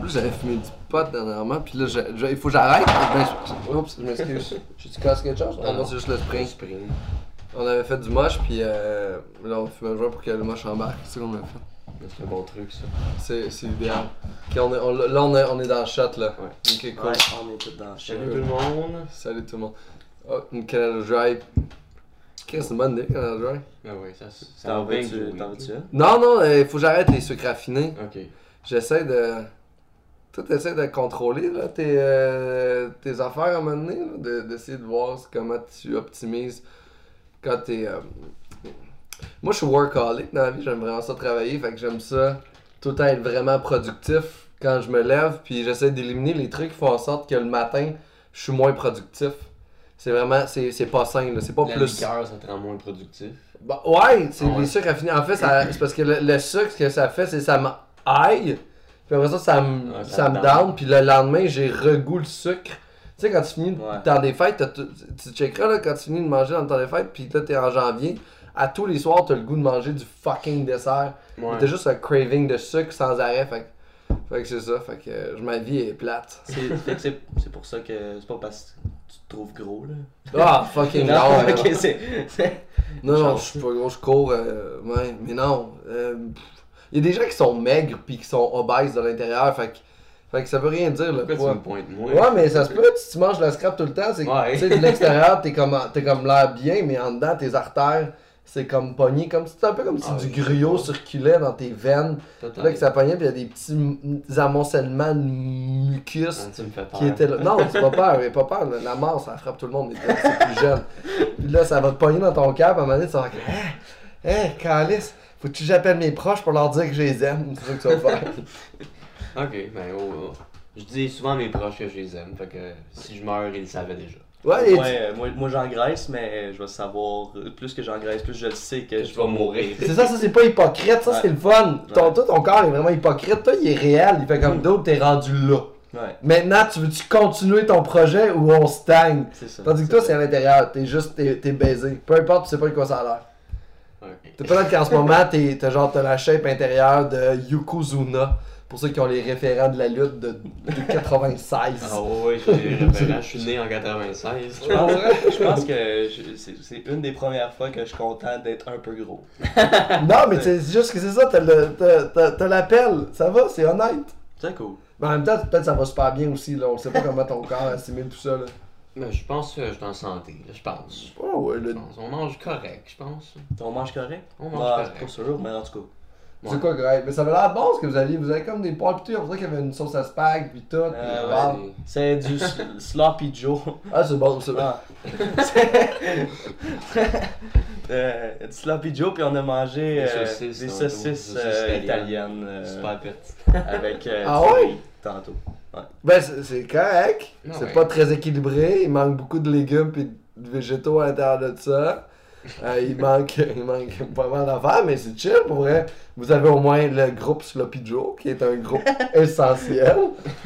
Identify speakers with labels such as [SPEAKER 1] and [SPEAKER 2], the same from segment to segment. [SPEAKER 1] plus, j'avais fumé du pot dernièrement, puis là, je- je- il faut que j'arrête. Ben, je- je- oups, je m'excuse. Je tu casses quelque chose? Non, non, c'est juste le spring. On avait fait du moche, puis euh, là, on fumait le joint pour que le moche embarque. C'est ce qu'on a fait.
[SPEAKER 2] C'est un bon truc, ça.
[SPEAKER 1] C'est c'est idéal. Ok, on est, on- là, on est, on est dans le shot, là.
[SPEAKER 2] Ouais.
[SPEAKER 1] Ok, cool.
[SPEAKER 3] Ouais, on est tous dans le
[SPEAKER 2] Salut tout le monde.
[SPEAKER 1] Salut tout le monde. Oh, une Canada Dry. Qu'est-ce que c'est une bonne idée, Canada Dry?
[SPEAKER 2] Ah ouais, ça c'est.
[SPEAKER 3] T'en veux-tu? T'en
[SPEAKER 2] T'en
[SPEAKER 3] veux-tu? un?
[SPEAKER 1] Non, non, il faut que j'arrête les sucres raffinés.
[SPEAKER 2] Ok.
[SPEAKER 1] J'essaie de. Toi, t'essaies de contrôler là, tes, euh, tes affaires à un moment donné, là, de- d'essayer de, voir comment tu optimises quand t'es. euh, Moi, je suis workaholic dans la vie, j'aime vraiment ça travailler, fait que j'aime ça tout le temps être vraiment productif quand je me lève, puis j'essaie d'éliminer les trucs qui font en sorte que le matin, je suis moins productif. C'est vraiment, c'est c'est pas sain, là, c'est pas
[SPEAKER 2] La
[SPEAKER 1] plus.
[SPEAKER 2] liqueur, ça te rend moins productif.
[SPEAKER 1] Bah, ouais, c'est
[SPEAKER 2] Ah ouais.
[SPEAKER 1] les sucres raffinés. En fait, ça- c'est parce que le, le sucre, ce que ça fait, c'est ça m'aille. Puis après ça, ça me
[SPEAKER 2] Ouais, Ah, ça
[SPEAKER 1] ça
[SPEAKER 2] te
[SPEAKER 1] me
[SPEAKER 2] down.
[SPEAKER 1] down. Puis le lendemain, j'ai regoût le sucre. Tu sais, quand tu finis
[SPEAKER 3] Ouais.
[SPEAKER 1] le temps des fêtes, t'as tout- tu checkeras là, quand tu finis de manger dans le temps des fêtes, puis là, t'es en janvier. À tous les soirs, t'as le goût de manger du fucking dessert.
[SPEAKER 2] Ouais.
[SPEAKER 1] T'as juste un craving de sucre sans arrêt. Fait, que- fait que c'est ça. Fait que euh, ma vie est plate.
[SPEAKER 3] C'est fait que c'est- c'est pour ça que c'est pas parce que tu te trouves gros là.
[SPEAKER 1] Ah, fucking non. là.
[SPEAKER 3] ok, c'est. c'est-
[SPEAKER 1] Non, non,
[SPEAKER 3] Genre.
[SPEAKER 1] je suis pas gros, je cours. euh, ouais, mais non. Il y a des gens qui sont maigres puis qui sont obèses de l'intérieur, fait, que- fait que ça veut rien dire le
[SPEAKER 2] Pourquoi
[SPEAKER 1] poids.
[SPEAKER 2] tu me pointes moins
[SPEAKER 1] Ouais, mais ça se peut, si tu manges de la scrap tout le temps, c'est que,
[SPEAKER 2] Ouais.
[SPEAKER 1] tu sais, de l'extérieur, t'es comme, t'es comme l'air bien, mais en dedans, tes artères, c'est comme pogné, comme c'est un peu comme si
[SPEAKER 2] Ah
[SPEAKER 1] du
[SPEAKER 2] oui.
[SPEAKER 1] griot circulait dans tes veines. Puis Là, que ça pognait, puis il y a des petits m- des amoncellements de mucus
[SPEAKER 2] Ah, tu me fais peur.
[SPEAKER 1] qui était là. Non, c'est pas peur, mais pas peur. là. La mort, ça frappe tout le monde, mais t'es- c'est plus jeune. Puis là, ça va te pogner dans ton cœur, puis à un moment donné, tu vas faire comme, Hein, hein, calice, faut-tu que j'appelle mes proches pour leur dire que je les aime? C'est ça que tu vas faire.
[SPEAKER 2] Ok, ben oh, oh. Je dis souvent à mes proches que je les aime, fait que si je meurs, ils le savaient déjà.
[SPEAKER 1] Ouais, et-
[SPEAKER 3] Ouais, euh, moi, moi j'engraisse, mais je vais savoir. euh, Plus que j'engraisse, plus je le sais que je vais mourir.
[SPEAKER 1] c'est ça, ça c'est pas hypocrite, ça
[SPEAKER 3] Ouais.
[SPEAKER 1] c'est le fun. Ton,
[SPEAKER 3] Ouais.
[SPEAKER 1] toi, ton corps est vraiment hypocrite, toi il est réel, il fait comme d'autres, t'es rendu là.
[SPEAKER 3] Ouais,
[SPEAKER 1] Maintenant, tu veux-tu continuer ton projet ou on stagne?
[SPEAKER 3] c'est ça.
[SPEAKER 1] Tandis que toi, c'est à l'intérieur, t'es juste, t'es t'es baisé. Peu importe, tu sais pas de quoi ça a l'air.
[SPEAKER 2] Ok.
[SPEAKER 1] T'es peut-être qu'en ce moment, t'es, t'as genre t'as la shape intérieure de Yokozuna. Pour ceux qui ont les référents de la lutte de, de 96.
[SPEAKER 2] Ah ouais, j'ai des référents, je suis né en 96.
[SPEAKER 3] Je pense, je pense que je- c'est c'est une des premières fois que je suis content d'être un peu gros.
[SPEAKER 1] Non, mais c'est juste que c'est ça, t'as, le, t'as, t'as- t'as l'appel. Ça va, c'est honnête.
[SPEAKER 3] C'est cool.
[SPEAKER 1] Mais en même temps, peut-être ça va super bien aussi. Là. On sait pas comment ton corps assimile tout ça. Là.
[SPEAKER 2] Mais Ben, je pense que je suis en santé, là, je pense.
[SPEAKER 1] Oh, ouais, le-
[SPEAKER 2] Je pense. On mange correct, je pense.
[SPEAKER 3] On mange correct?
[SPEAKER 2] On mange
[SPEAKER 3] Ah,
[SPEAKER 2] correct.
[SPEAKER 3] c'est pas sûr, mais en tout cas.
[SPEAKER 1] C'est quoi, correct? Mais ça avait l'air bon ce que vous aviez. Vous avez comme des poils pis tout. On dirait qu'il y avait une sauce à spag pis tout. pis
[SPEAKER 3] Euh,
[SPEAKER 1] des
[SPEAKER 3] ouais,
[SPEAKER 1] pâtes.
[SPEAKER 3] C'est du sl- sloppy Joe.
[SPEAKER 1] Ah, c'est bon, c'est bon.
[SPEAKER 3] Ah. C'est- Euh, du sloppy Joe, puis on a mangé
[SPEAKER 2] Des
[SPEAKER 3] euh,
[SPEAKER 2] saucisses
[SPEAKER 3] des
[SPEAKER 2] tantôt,
[SPEAKER 3] saucisses
[SPEAKER 2] des saucisses
[SPEAKER 3] euh,
[SPEAKER 2] italiennes.
[SPEAKER 3] italiennes
[SPEAKER 2] C'est
[SPEAKER 3] euh,
[SPEAKER 2] Super petit.
[SPEAKER 3] avec euh,
[SPEAKER 1] Ah
[SPEAKER 3] du
[SPEAKER 1] ouais?
[SPEAKER 3] riz tantôt.
[SPEAKER 1] Ben, c'est, c'est correct.
[SPEAKER 2] Ah,
[SPEAKER 1] c'est
[SPEAKER 2] ouais.
[SPEAKER 1] pas très équilibré. Il manque beaucoup de légumes et de végétaux à l'intérieur de ça. Euh, il, manque, il manque pas mal d'affaires, mais c'est chill pour vrai. Vous avez au moins le groupe Sloppy Joe, qui est un groupe essentiel.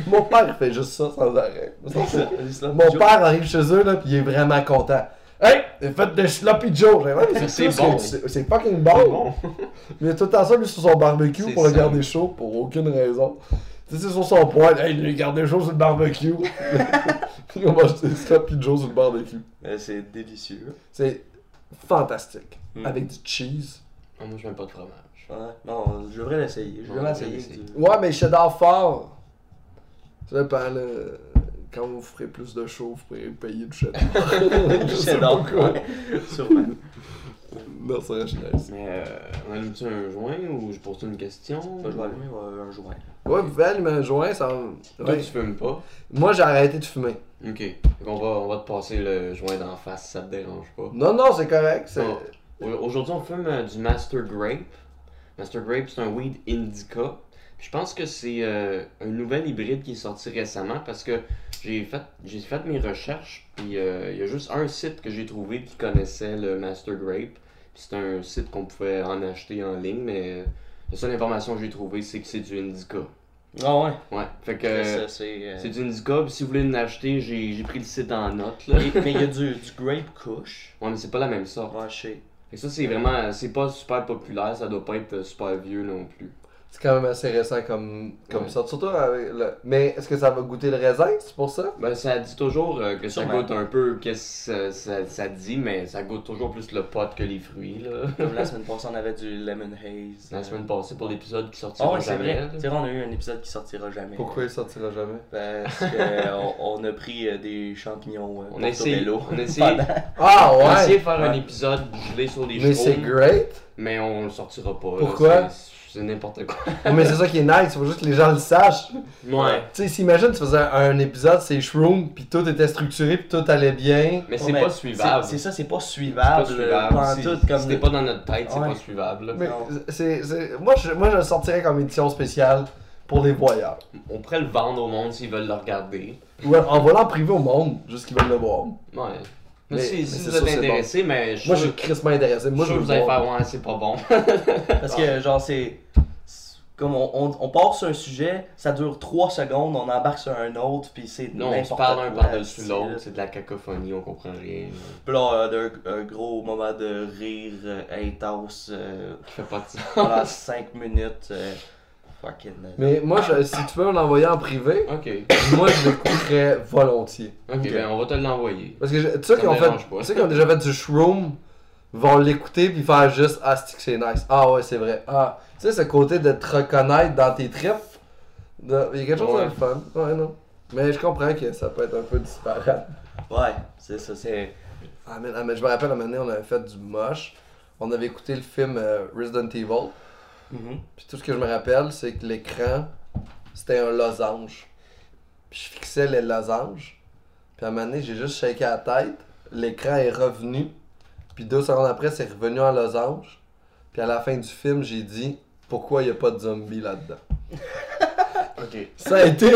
[SPEAKER 1] Mon père fait juste ça sans arrêt.
[SPEAKER 3] Du sloppy
[SPEAKER 1] Mon
[SPEAKER 3] Joe.
[SPEAKER 1] père arrive chez eux, là, puis il est vraiment content. Hey, faites de Sloppy Joe! J'ai dit, Ouais, mais
[SPEAKER 2] C'est
[SPEAKER 1] tout ce
[SPEAKER 2] bon.
[SPEAKER 1] que tu- C'est fucking bon!
[SPEAKER 3] Oh!
[SPEAKER 1] Il est tout le temps seul sur son barbecue
[SPEAKER 2] C'est
[SPEAKER 1] pour le
[SPEAKER 2] ça.
[SPEAKER 1] garder chaud pour aucune raison. Tu sais, c'est sur son poil, hey, il le garder chaud sur le barbecue. Puis on mange des sloppy joe sur le barbecue.
[SPEAKER 3] Euh, C'est délicieux.
[SPEAKER 1] C'est fantastique.
[SPEAKER 2] Hmm.
[SPEAKER 3] Mm.
[SPEAKER 1] Avec du cheese.
[SPEAKER 2] Ah, moi, je n'aime pas de fromage.
[SPEAKER 3] hein. Ouais. Non, je devrais l'essayer. Je
[SPEAKER 2] Ouais,
[SPEAKER 3] devrais l'essayer.
[SPEAKER 2] l'essayer.
[SPEAKER 3] du-
[SPEAKER 1] Ouais, mais cheddar fort. Ça dépend, là. Quand vous ferez plus de chaud, vous pourrez payer du cheddar. Je sais pas
[SPEAKER 3] J'adore.
[SPEAKER 1] pourquoi.
[SPEAKER 3] ouais. Sûrement.
[SPEAKER 1] Non, c'est vrai, je suis nice.
[SPEAKER 2] Mais euh, on allume-tu un joint ou je pose une question
[SPEAKER 3] Je vais allumer euh, un joint.
[SPEAKER 1] Ouais, vous pouvez allumer un joint, ça...
[SPEAKER 2] Toi,
[SPEAKER 1] Ouais.
[SPEAKER 2] tu fumes pas.
[SPEAKER 1] Moi, j'ai arrêté de fumer.
[SPEAKER 2] Ok. Fait qu'on va, on va te passer le joint d'en face si ça te dérange pas.
[SPEAKER 1] Non, non, c'est correct. c'est-
[SPEAKER 2] Bon, au- Aujourd'hui, on fume euh, du Master Grape. Master Grape, c'est un weed indica. Puis je pense que c'est euh, un nouvel hybride qui est sorti récemment parce que j'ai fait, j'ai fait mes recherches. Puis euh, il y a juste un site que j'ai trouvé qui connaissait le Master Grape. Puis c'est un site qu'on pouvait en acheter en ligne, mais euh, la seule information que j'ai trouvée, c'est que c'est du indica.
[SPEAKER 3] Ah ouais.
[SPEAKER 2] Ouais, fait que.
[SPEAKER 3] Ça,
[SPEAKER 2] euh,
[SPEAKER 3] c'est. euh,
[SPEAKER 2] C'est du indica, puis si vous voulez en acheter, j'ai j'ai pris le site en note là.
[SPEAKER 3] Mais mais il y a du, du grape kush.
[SPEAKER 2] Ouais, mais c'est pas la même sorte.
[SPEAKER 3] Ouais, je sais.
[SPEAKER 2] Fait que ça, c'est vraiment. C'est pas super populaire, ça doit pas être super euh, vieux non plus.
[SPEAKER 1] C'est quand même assez récent comme, comme
[SPEAKER 2] Ouais.
[SPEAKER 1] sorte. Surtout avec le- Mais est-ce que ça va goûter le raisin, c'est pour ça?
[SPEAKER 2] Ben, ça dit toujours euh, que ça
[SPEAKER 3] Sûrement.
[SPEAKER 2] goûte un peu qu'est-ce que ça, ça- ça dit, mais ça goûte toujours plus le pot que les fruits, là.
[SPEAKER 3] Comme la semaine passée, on avait du Lemon Haze. euh,
[SPEAKER 2] La semaine passée, pour l'épisode qui sortira
[SPEAKER 3] Oh, ouais, c'est
[SPEAKER 2] jamais,
[SPEAKER 3] vrai.
[SPEAKER 2] là.
[SPEAKER 3] Tu sais, on a eu un épisode qui sortira jamais.
[SPEAKER 1] Pourquoi il sortira jamais?
[SPEAKER 3] Parce qu'on on a pris euh, des champignons euh,
[SPEAKER 2] On a essayé,
[SPEAKER 3] portobello.
[SPEAKER 2] on a essayé,
[SPEAKER 1] Ah
[SPEAKER 2] on a essayé
[SPEAKER 1] ouais!
[SPEAKER 2] de faire un
[SPEAKER 3] Ouais.
[SPEAKER 2] épisode gelé sur des
[SPEAKER 1] Mais c'est
[SPEAKER 2] chevaux,
[SPEAKER 1] great!
[SPEAKER 2] mais on le sortira pas. là.
[SPEAKER 1] Pourquoi?
[SPEAKER 2] C'est c'est n'importe quoi.
[SPEAKER 1] mais c'est ça qui est nice, faut juste que les gens le sachent.
[SPEAKER 2] Ouais.
[SPEAKER 1] Tu sais, s'imagine, tu faisais un épisode, c'est Shroom, puis tout était structuré, puis tout allait bien.
[SPEAKER 2] Mais
[SPEAKER 3] Ouais,
[SPEAKER 2] c'est
[SPEAKER 3] mais
[SPEAKER 2] pas suivable.
[SPEAKER 3] C'est c'est ça, c'est pas
[SPEAKER 2] pas
[SPEAKER 3] suivable. euh,
[SPEAKER 2] suivable.
[SPEAKER 3] Ah, pas en
[SPEAKER 2] Si-
[SPEAKER 3] tout, comme
[SPEAKER 2] Si t'es pas dans notre tête, c'est
[SPEAKER 3] Ouais.
[SPEAKER 2] pas suivable. là.
[SPEAKER 1] Mais
[SPEAKER 3] Non.
[SPEAKER 1] c'est, c'est- Moi, je, moi, je le sortirais comme édition spéciale pour les voyeurs.
[SPEAKER 2] On pourrait le vendre au monde s'ils veulent le regarder.
[SPEAKER 1] Ou en volant privé au monde, juste qu'ils veulent le voir.
[SPEAKER 2] Ouais. Mais,
[SPEAKER 1] Mais-
[SPEAKER 2] si,
[SPEAKER 1] mais
[SPEAKER 2] si
[SPEAKER 1] c'est
[SPEAKER 2] vous
[SPEAKER 1] sûr,
[SPEAKER 2] êtes
[SPEAKER 1] c'est bon.
[SPEAKER 2] intéressé, mais je
[SPEAKER 1] Moi,
[SPEAKER 2] suis
[SPEAKER 1] je suis
[SPEAKER 2] sûr-
[SPEAKER 1] crissement intéressé.
[SPEAKER 2] je suis
[SPEAKER 1] Moi, je
[SPEAKER 2] sûr
[SPEAKER 1] veux
[SPEAKER 2] que
[SPEAKER 1] le
[SPEAKER 2] vous allez
[SPEAKER 1] voir.
[SPEAKER 2] faire, ouais, c'est pas bon.
[SPEAKER 3] Parce que, genre, c'est. c'est- Comme on, on, on part sur un sujet, ça dure 3 secondes, on embarque sur un autre, puis c'est
[SPEAKER 2] Non, on se
[SPEAKER 3] n'importe
[SPEAKER 2] parle un
[SPEAKER 3] quoi,
[SPEAKER 2] par-dessus
[SPEAKER 3] c'est-
[SPEAKER 2] l'autre, c'est de la cacophonie, on comprend rien.
[SPEAKER 3] Puis là, on a un, un gros moment de rire euh, intense, euh,
[SPEAKER 2] Qui fait pas de sens.
[SPEAKER 3] pendant 5 minutes. euh, fucking. euh,
[SPEAKER 1] Mais moi, je- si tu veux me l'envoyer en privé,
[SPEAKER 2] Ok.
[SPEAKER 1] moi, je l'écouterais volontiers.
[SPEAKER 2] Ok, ben on va te l'envoyer.
[SPEAKER 1] Parce que je- tu sais
[SPEAKER 2] Ça
[SPEAKER 1] qu'ils ont
[SPEAKER 2] me
[SPEAKER 1] fait,
[SPEAKER 2] dérange pas.
[SPEAKER 1] tu sais qu'ils ont déjà fait du shroom, vont l'écouter puis faire juste ah c'est que c'est nice, ah ouais c'est vrai, ah tu sais ce côté de te reconnaître dans tes trips, de- il y a quelque chose
[SPEAKER 2] Ouais.
[SPEAKER 1] de le fun, ouais non, mais je comprends que ça peut être un peu disparate.
[SPEAKER 3] Ouais, c'est ça, c'est.
[SPEAKER 1] Ah mais, ah, mais je me rappelle à un moment donné on avait fait du moche, on avait écouté le film euh, Resident Evil,
[SPEAKER 3] Mhm.
[SPEAKER 2] Mm-hmm.
[SPEAKER 1] puis tout ce que je me rappelle c'est que l'écran c'était un losange, puis je fixais les losanges, puis à un moment donné j'ai juste shaké la tête, l'écran est revenu. Puis deux secondes après, c'est revenu en losange. Puis à la fin du film, j'ai dit pourquoi il n'y a pas de zombie là-dedans.
[SPEAKER 2] Ok.
[SPEAKER 1] Ça a été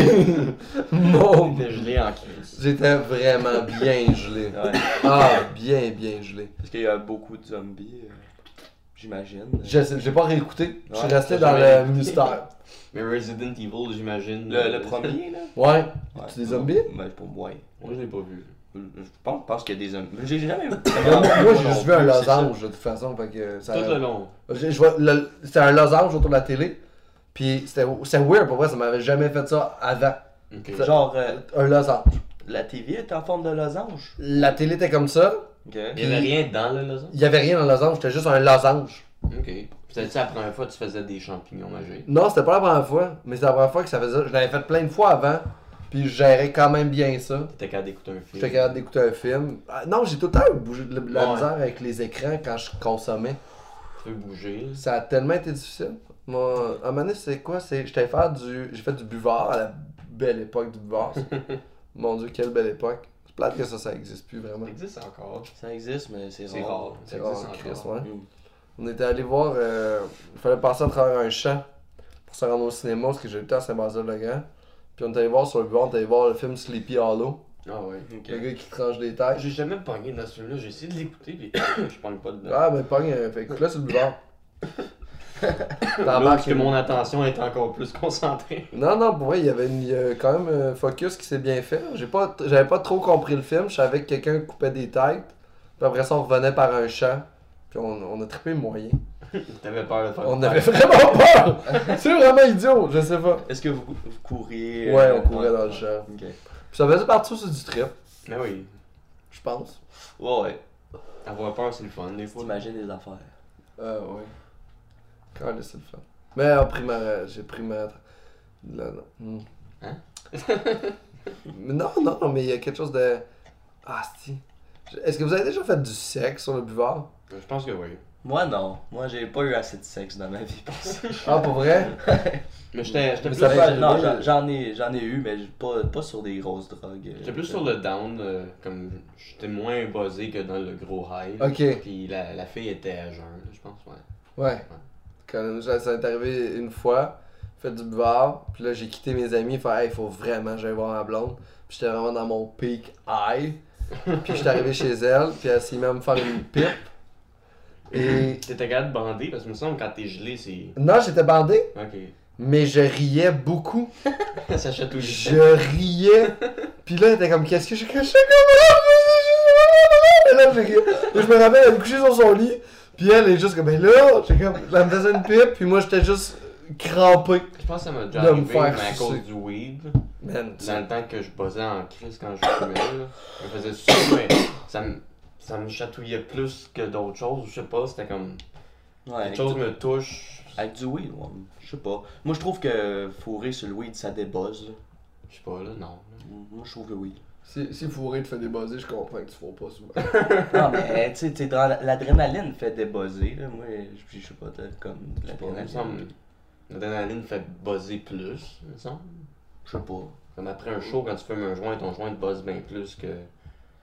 [SPEAKER 1] mon.
[SPEAKER 2] Je l'ai en crise.
[SPEAKER 1] J'étais vraiment bien gelé.
[SPEAKER 3] Ouais.
[SPEAKER 1] Ah, bien, bien gelé.
[SPEAKER 3] Parce qu'il y a beaucoup de zombies, euh, j'imagine.
[SPEAKER 1] Je sais- J'ai pas réécouté. Je suis
[SPEAKER 3] Ouais,
[SPEAKER 1] resté
[SPEAKER 2] j'ai
[SPEAKER 1] dans
[SPEAKER 2] jamais
[SPEAKER 1] le
[SPEAKER 2] écouté.
[SPEAKER 1] mystère.
[SPEAKER 2] Mais Resident Evil, j'imagine.
[SPEAKER 3] Le, le premier, là
[SPEAKER 1] Ouais.
[SPEAKER 3] Ouais.
[SPEAKER 1] des zombies?
[SPEAKER 3] Ben, pour moi.
[SPEAKER 2] Moi, je l'ai pas vu.
[SPEAKER 3] Je pense, je pense qu'il y a des zombies. J'ai jamais vu.
[SPEAKER 1] Moi, moi, j'ai juste vu un
[SPEAKER 3] C'est ça.
[SPEAKER 1] losange de toute façon. Fait que ça...
[SPEAKER 2] Tout le long.
[SPEAKER 1] J'ai- je vois- le- C'était un losange autour de la télé. Puis c'était c'était weird pour moi. Ça m'avait jamais fait ça avant.
[SPEAKER 2] Ok.
[SPEAKER 3] Genre, euh,
[SPEAKER 1] Un losange.
[SPEAKER 3] la TV est en forme de losange.
[SPEAKER 1] La télé était comme ça.
[SPEAKER 3] Ok.
[SPEAKER 2] Il y avait rien dans le losange?
[SPEAKER 1] Il y avait rien dans le losange. C'était juste un losange.
[SPEAKER 2] Ok. C'était la première fois que tu faisais des champignons magiques.
[SPEAKER 1] Non, c'était pas la première fois, mais c'était la première fois que ça faisait. Je l'avais fait plein de fois avant, puis je gérais quand même bien ça.
[SPEAKER 2] T'étais capable d'écouter un film.
[SPEAKER 1] J'étais capable d'écouter un film. Ah, non, j'ai tout le temps eu bougé de la- de la
[SPEAKER 2] Ouais.
[SPEAKER 1] misère avec les écrans quand je consommais.
[SPEAKER 2] Tu peux bouger.
[SPEAKER 1] Ça a tellement été difficile. Moi, à un moment donné, c'est quoi c'est, J'étais faire du. J'ai fait du buvard à la belle époque du buvard. Mon dieu, quelle belle époque. C'est plate que ça, ça existe plus vraiment.
[SPEAKER 2] Ça existe encore.
[SPEAKER 3] Ça existe, mais c'est
[SPEAKER 2] C'est
[SPEAKER 3] rare.
[SPEAKER 2] rare.
[SPEAKER 1] C'est
[SPEAKER 2] Ça existe
[SPEAKER 1] rare, Chris,
[SPEAKER 2] encore.
[SPEAKER 1] ouais.
[SPEAKER 3] Mm.
[SPEAKER 1] On était allé voir. euh, il fallait passer à travers un champ pour se rendre au cinéma, parce que j'habitais à Saint-Basile-le-Grand. Puis on est allé voir sur le buvard, on est allé voir le film Sleepy Hollow.
[SPEAKER 2] Ah ouais.
[SPEAKER 3] Ok.
[SPEAKER 1] Le gars qui tranche des têches.
[SPEAKER 2] J'ai jamais pogné dans ce film-là. J'ai essayé de l'écouter, puis je pogne pas dedans.
[SPEAKER 1] Ah, mais pogne, euh, fait que là, c'est le buvard.
[SPEAKER 2] Là, parce
[SPEAKER 1] T'embarques.
[SPEAKER 2] que mon attention est encore plus concentrée.
[SPEAKER 1] Non, non, pour vrai, il y avait une- il y a quand même un focus qui s'est bien fait. J'ai pas, t- j'avais pas trop compris le film. Je savais que quelqu'un coupait des têtes. Puis après ça, on revenait par un champ. Puis on, on a trippé moyen.
[SPEAKER 2] T'avais peur de faire.
[SPEAKER 1] On avait vraiment peur! C'est vraiment idiot, je sais pas.
[SPEAKER 3] Est-ce que vous, vous couriez
[SPEAKER 1] Ouais,
[SPEAKER 3] euh,
[SPEAKER 1] on courait dans le champ.
[SPEAKER 3] Ok.
[SPEAKER 1] Puis ça faisait partie aussi du trip,
[SPEAKER 2] Mais oui.
[SPEAKER 1] je pense.
[SPEAKER 3] Ouais, ouais.
[SPEAKER 2] Avoir peur, c'est le fun, des fois.
[SPEAKER 3] T'imagines des affaires.
[SPEAKER 1] Euh, ouais. Quand c'est le fun. Mais en primaire, euh, j'ai primaire. Là, non. Hmm.
[SPEAKER 2] Hein?
[SPEAKER 1] mais non, non, mais il y a quelque chose de. Ah, si. Je- Est-ce que vous avez déjà fait du sexe sur le buvard?
[SPEAKER 2] Je pense que oui.
[SPEAKER 3] Moi, non. Moi, j'ai pas eu assez de sexe dans ma vie pour ça.
[SPEAKER 1] Ah, pour vrai?
[SPEAKER 2] Mais j'étais
[SPEAKER 1] Mm. Mais
[SPEAKER 2] j'étais plus,
[SPEAKER 1] ça
[SPEAKER 3] Ben,
[SPEAKER 1] peut arriver. euh,
[SPEAKER 3] non, j'en- j'en ai, j'en ai eu, mais j'ai pas, pas sur des grosses drogues. euh,
[SPEAKER 2] j'étais plus sur le down. euh, comme j'étais moins buzzé que dans le gros high.
[SPEAKER 1] Ok.
[SPEAKER 2] Puis la, la fille était à jeun, je pense, ouais.
[SPEAKER 1] Ouais. Quand même, ça ça est arrivé une fois, fait du buvard, puis là j'ai quitté mes amis, fait hey, faut vraiment que j'aille voir ma blonde. Puis j'étais vraiment dans mon peak high. Puis j'étais arrivé chez elle, puis elle s'est même faire une pipe. Et.
[SPEAKER 2] T'étais capable de bander parce que me semble quand t'es gelé, c'est.
[SPEAKER 1] Non, j'étais bandé,
[SPEAKER 2] Ok.
[SPEAKER 1] mais je riais beaucoup.
[SPEAKER 2] ça chatouille.
[SPEAKER 1] Je riais. Puis là, elle était comme, qu'est-ce que j'ai caché comme là? Puis là, j'ai- puis je me rappelle, elle me couchait sur son lit. Puis elle est juste comme, ben là, j'ai comme, elle me faisait une pipe. Puis moi, j'étais juste crampé.
[SPEAKER 2] Je pense que ça m'a déjà
[SPEAKER 1] De me
[SPEAKER 2] arrivé, mais
[SPEAKER 1] faire
[SPEAKER 2] à
[SPEAKER 1] sucer.
[SPEAKER 2] cause du weed.
[SPEAKER 1] Man, tu-
[SPEAKER 2] Dans le temps que je bossais en crise quand je fumais, là, je me faisais sucer, mais ça me, ça me chatouillait plus que d'autres choses. Je sais pas, c'était comme.
[SPEAKER 3] Ouais,
[SPEAKER 2] Les
[SPEAKER 3] avec,
[SPEAKER 2] choses me touchent.
[SPEAKER 3] avec du weed, ouais. je sais pas. Moi, je trouve que fourrer sur le weed, ça débuzz. là.
[SPEAKER 2] Je sais pas, là, non.
[SPEAKER 3] Moi, je trouve que oui.
[SPEAKER 1] Si, si fourré te fait débuzzer, je comprends que tu fourres pas souvent.
[SPEAKER 3] non, Ah, mais tu sais, t'es dans la- l'adrénaline fait débuzzer. Là. Moi, je je sais pas, t'as comme de
[SPEAKER 2] Je sais pas, il me
[SPEAKER 3] l'adrénaline.
[SPEAKER 2] semble. L'adrénaline fait buzzer plus, il me semble.
[SPEAKER 3] Je sais pas.
[SPEAKER 2] Comme après un show, quand tu fumes un joint, ton joint te buzz bien plus que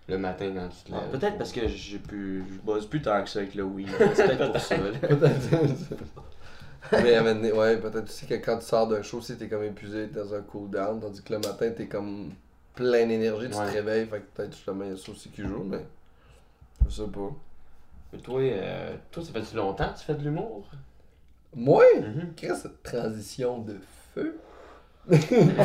[SPEAKER 2] le matin quand tu te
[SPEAKER 3] Ah,
[SPEAKER 2] lèves.
[SPEAKER 3] Peut-être parce que j'ai plus, je buzz plus tant que ça avec le weed. C'est peut-être pour ça. là.
[SPEAKER 1] Peut-être. Mais à un moment donné, ouais, peut-être aussi que quand tu sors d'un show, si t'es comme épuisé, t'es dans un cool down, tandis que le matin, t'es comme plein d'énergie, tu
[SPEAKER 2] Ouais.
[SPEAKER 1] te réveilles, fait que peut-être justement, il y a ça aussi qui joue, mais je sais pas.
[SPEAKER 2] Mais toi, euh, toi, ça fait-tu longtemps que tu fais de l'humour?
[SPEAKER 1] Moi,
[SPEAKER 2] Mhm.
[SPEAKER 1] qu'est-ce que cette transition de feu?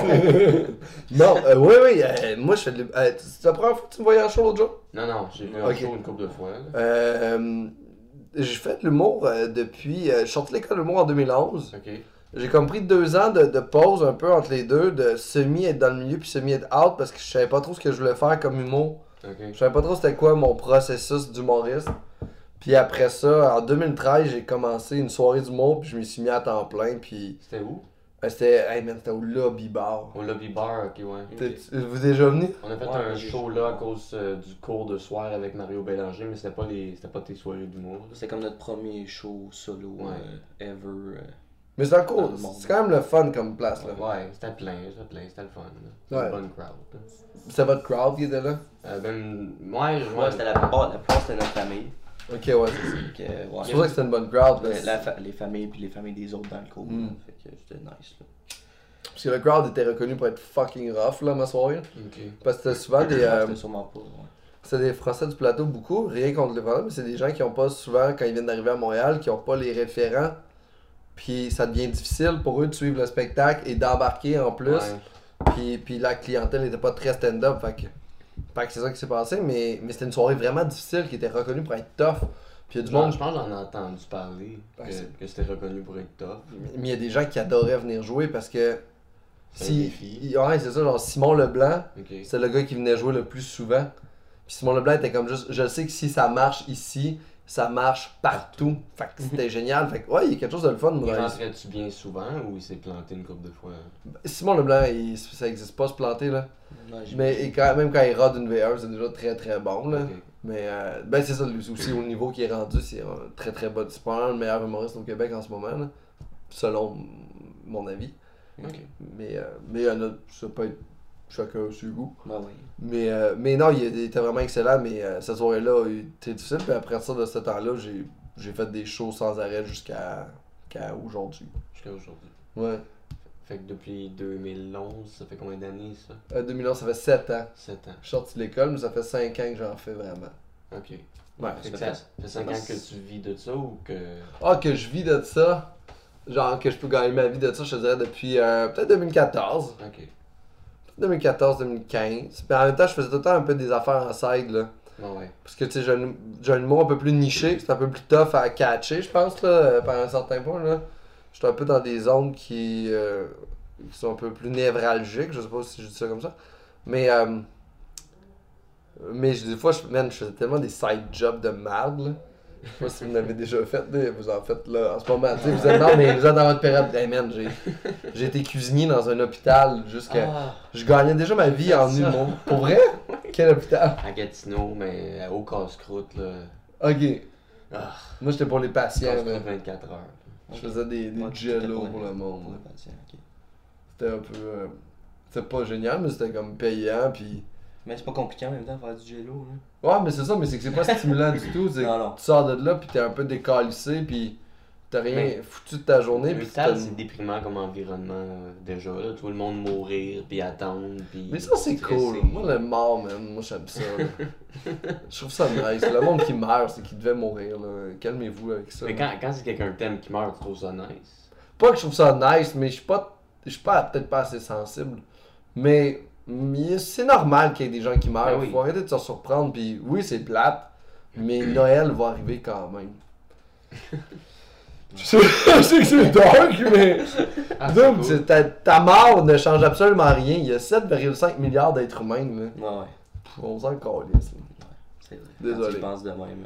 [SPEAKER 1] non, euh, oui, oui, euh, moi je fais de l'hum- euh, C'est la première fois que tu me voyais en show l'autre jour?
[SPEAKER 2] Non, non, j'ai vu un
[SPEAKER 1] Ok.
[SPEAKER 2] show une couple de fois. là.
[SPEAKER 1] Euh, j'ai fait de l'humour euh, depuis. euh, je suis sorti de l'école de l'humour en 2011.
[SPEAKER 2] Ok.
[SPEAKER 1] J'ai comme pris deux ans de, de pause un peu entre les deux, de semi être dans le milieu puis semi être out parce que je savais pas trop ce que je voulais faire comme humour. Je
[SPEAKER 2] Ok.
[SPEAKER 1] savais pas trop c'était quoi mon processus d'humoriste. Puis après ça, en 2013, j'ai commencé une soirée d'humour puis je m'y suis mis à temps plein puis
[SPEAKER 2] C'était où?
[SPEAKER 1] euh, c'était hey man, c'était au lobby bar.
[SPEAKER 2] Au lobby bar, ok, ouais.
[SPEAKER 1] T'es- Vous êtes déjà venu
[SPEAKER 2] On a fait
[SPEAKER 3] Ouais,
[SPEAKER 2] un
[SPEAKER 3] j'ai-
[SPEAKER 2] show là à cause euh, du cours de soir avec Mario Bélanger, mais c'était pas les c'était pas tes soirées d'humour. là.
[SPEAKER 3] C'était comme notre premier show solo
[SPEAKER 2] Ouais.
[SPEAKER 3] euh, ever. euh.
[SPEAKER 1] Mais c'est
[SPEAKER 3] Dans
[SPEAKER 1] cool,
[SPEAKER 3] le monde.
[SPEAKER 1] c'est quand même le fun comme place là.
[SPEAKER 2] Ah, Ouais, c'était plein, c'était plein, c'était le fun. là. C'était
[SPEAKER 1] Ouais.
[SPEAKER 2] une bonne crowd. là.
[SPEAKER 1] C'est votre crowd qui était là
[SPEAKER 2] Euh, ben, ouais, je
[SPEAKER 3] Ouais, c'était la plupart, la plupart c'était notre famille.
[SPEAKER 1] Ok, ouais, c'est ça.
[SPEAKER 3] Donc, euh, ouais.
[SPEAKER 1] C'est pour ça que c'était une bonne crowd.
[SPEAKER 3] Euh,
[SPEAKER 1] parce-
[SPEAKER 3] la fa- les familles puis les familles des autres dans le cours.
[SPEAKER 1] Mm.
[SPEAKER 3] là. Fait que c'était nice. Là.
[SPEAKER 1] Parce que le crowd était reconnu pour être fucking rough là, ma soirée.
[SPEAKER 2] Ok.
[SPEAKER 1] Parce que c'était souvent des. euh,
[SPEAKER 3] C'était sûrement pas. ouais.
[SPEAKER 1] C'est des Français du plateau beaucoup, rien contre les Français, mais c'est des gens qui ont pas souvent, quand ils viennent d'arriver à Montréal, qui ont pas les référents. Puis ça devient difficile pour eux de suivre le spectacle et d'embarquer en plus.
[SPEAKER 2] Ouais.
[SPEAKER 1] Puis, puis la clientèle n'était pas très stand-up. Fait que, fait que c'est ça qui s'est passé, mais, mais c'était une soirée vraiment difficile qui était reconnue pour être tough. Puis il y a du
[SPEAKER 2] Genre,
[SPEAKER 1] monde.
[SPEAKER 2] je pense que j'en ai entendu parler que,
[SPEAKER 1] Ouais, c'est-
[SPEAKER 2] que c'était reconnu pour être tough.
[SPEAKER 1] Mais il y a des gens qui adoraient venir jouer parce que.
[SPEAKER 2] C'est un
[SPEAKER 1] Si,
[SPEAKER 2] défi.
[SPEAKER 1] ouais, c'est ça, genre Simon Leblanc,
[SPEAKER 2] Ok.
[SPEAKER 1] C'est le gars qui venait jouer le plus souvent. Puis Simon Leblanc était comme juste, je sais que si ça marche ici, ça marche partout. Fait que c'était génial. Fait que ouais, il y a quelque chose de le fun.
[SPEAKER 2] Il
[SPEAKER 1] moi, dans
[SPEAKER 2] rentrait-tu bien souvent ou il s'est planté une couple de fois?
[SPEAKER 1] les- Simon Leblanc, il- ça existe pas se planter là.
[SPEAKER 3] Ouais, j'ai-
[SPEAKER 1] Mais et quand, même quand il rate une V1, c'est déjà très très bon là.
[SPEAKER 2] Ok.
[SPEAKER 1] Mais euh, ben c'est ça lui aussi au niveau qui est rendu, c'est un très très bon. C'est probablement le meilleur humoriste au Québec en ce moment là, selon mon avis.
[SPEAKER 2] Ok.
[SPEAKER 1] Mais euh, mais il y en a, ça peut être chacun ses goûts.
[SPEAKER 3] Bah oui.
[SPEAKER 1] Mais, euh, mais non, il, il était vraiment excellent, mais euh, cette soirée-là a été difficile. Puis après ça, de ce temps-là, j'ai, j'ai fait des shows sans arrêt jusqu'à, jusqu'à aujourd'hui.
[SPEAKER 2] Jusqu'à aujourd'hui.
[SPEAKER 1] Ouais.
[SPEAKER 2] Fait que depuis 2011, ça fait combien d'années ça?
[SPEAKER 1] En 2011, ça fait 7 ans.
[SPEAKER 2] 7 ans.
[SPEAKER 1] Je suis sorti de l'école, mais ça fait 5 ans que j'en fais vraiment.
[SPEAKER 2] Ok.
[SPEAKER 1] Ouais.
[SPEAKER 2] Fait
[SPEAKER 3] Ça
[SPEAKER 2] que
[SPEAKER 3] fait-
[SPEAKER 2] ça fait 5 ans que tu vis de ça ou que.
[SPEAKER 1] Ah, que je vis de ça. Genre que je peux gagner ma vie de ça, je te dirais, depuis euh, peut-être 2014.
[SPEAKER 2] Ok.
[SPEAKER 1] 2014-2015. Mais en même temps, je faisais tout le temps un peu des affaires en side, là.
[SPEAKER 2] Bon, ouais.
[SPEAKER 1] Parce que, tu sais, j'ai un- j'ai un humour un peu plus niché, c'est un peu plus tough à catcher, je pense, là, euh, par un certain point, là. J'étais un peu dans des zones qui, euh, qui sont un peu plus névralgiques, je sais pas si je dis ça comme ça. Mais, euh, mais je- des fois, je, man, je faisais tellement des side jobs de merde, là. Je sais pas si vous en avez déjà fait, là, vous en faites, là, en ce moment. Tu sais, vous êtes, non, mais vous êtes dans votre période. Hey, man, j'ai- j'ai été cuisinier dans un hôpital jusqu'à...
[SPEAKER 2] Ah,
[SPEAKER 1] Je gagnais déjà ma vie en
[SPEAKER 2] Ça.
[SPEAKER 1] humour. Pour vrai? Quel hôpital?
[SPEAKER 2] à Gatineau, mais au casse-croûte, là.
[SPEAKER 1] Ok.
[SPEAKER 2] Ah.
[SPEAKER 1] Moi, j'étais pour les patients. là.
[SPEAKER 2] Casse-croûte 24 heures.
[SPEAKER 1] Je faisais des, des
[SPEAKER 3] Ah, Ouais,
[SPEAKER 1] jello
[SPEAKER 3] t'étais
[SPEAKER 1] pour le monde.
[SPEAKER 3] Pour
[SPEAKER 1] là.
[SPEAKER 3] le patient, ok.
[SPEAKER 1] C'était un peu. euh, C'était pas génial, mais c'était comme payant. Puis...
[SPEAKER 3] Mais c'est pas compliqué en même temps de faire du jello. Hein.
[SPEAKER 1] Ouais, mais c'est ça, mais c'est que c'est pas stimulant du tout. c'est que
[SPEAKER 3] Non, non.
[SPEAKER 1] Tu sors de là, puis t'es un peu décalissé, puis t'as rien
[SPEAKER 2] Mais-
[SPEAKER 1] foutu de ta journée. Puis
[SPEAKER 2] L'hôpital,
[SPEAKER 1] t'as-
[SPEAKER 2] c'est déprimant comme environnement euh, déjà. Là. Tu vois le monde mourir, puis attendre, puis.
[SPEAKER 1] Mais ça, c'est cool.
[SPEAKER 2] stresser.
[SPEAKER 1] Moi, le mort, man, moi, j'aime ça. là. Je trouve ça nice. Le monde qui meurt, c'est qu'il devait mourir. là. Calmez-vous avec ça.
[SPEAKER 2] Mais
[SPEAKER 1] là.
[SPEAKER 2] quand, quand c'est quelqu'un que t'aimes qui meurt, tu trouves ça nice.
[SPEAKER 1] Pas que je trouve ça nice, mais je suis pas, je suis pas peut-être pas assez sensible. Mais, mais c'est normal qu'il y ait des gens qui meurent.
[SPEAKER 2] Ben oui.
[SPEAKER 1] Faut arrêter de se surprendre. Puis oui, c'est plate, mais Noël va arriver quand même. Je sais, je sais que c'est dark, mais.
[SPEAKER 2] Ah, c'est
[SPEAKER 1] Dude,
[SPEAKER 2] cool.
[SPEAKER 1] tu- ta, ta mort ne change absolument rien. Il y a 7,5 milliards d'êtres humains, là.
[SPEAKER 3] Ouais, ouais,
[SPEAKER 1] Pff, On s'en calisse, là.
[SPEAKER 3] c'est vrai.
[SPEAKER 1] Désolé.
[SPEAKER 3] Quand tu y penses de même. euh,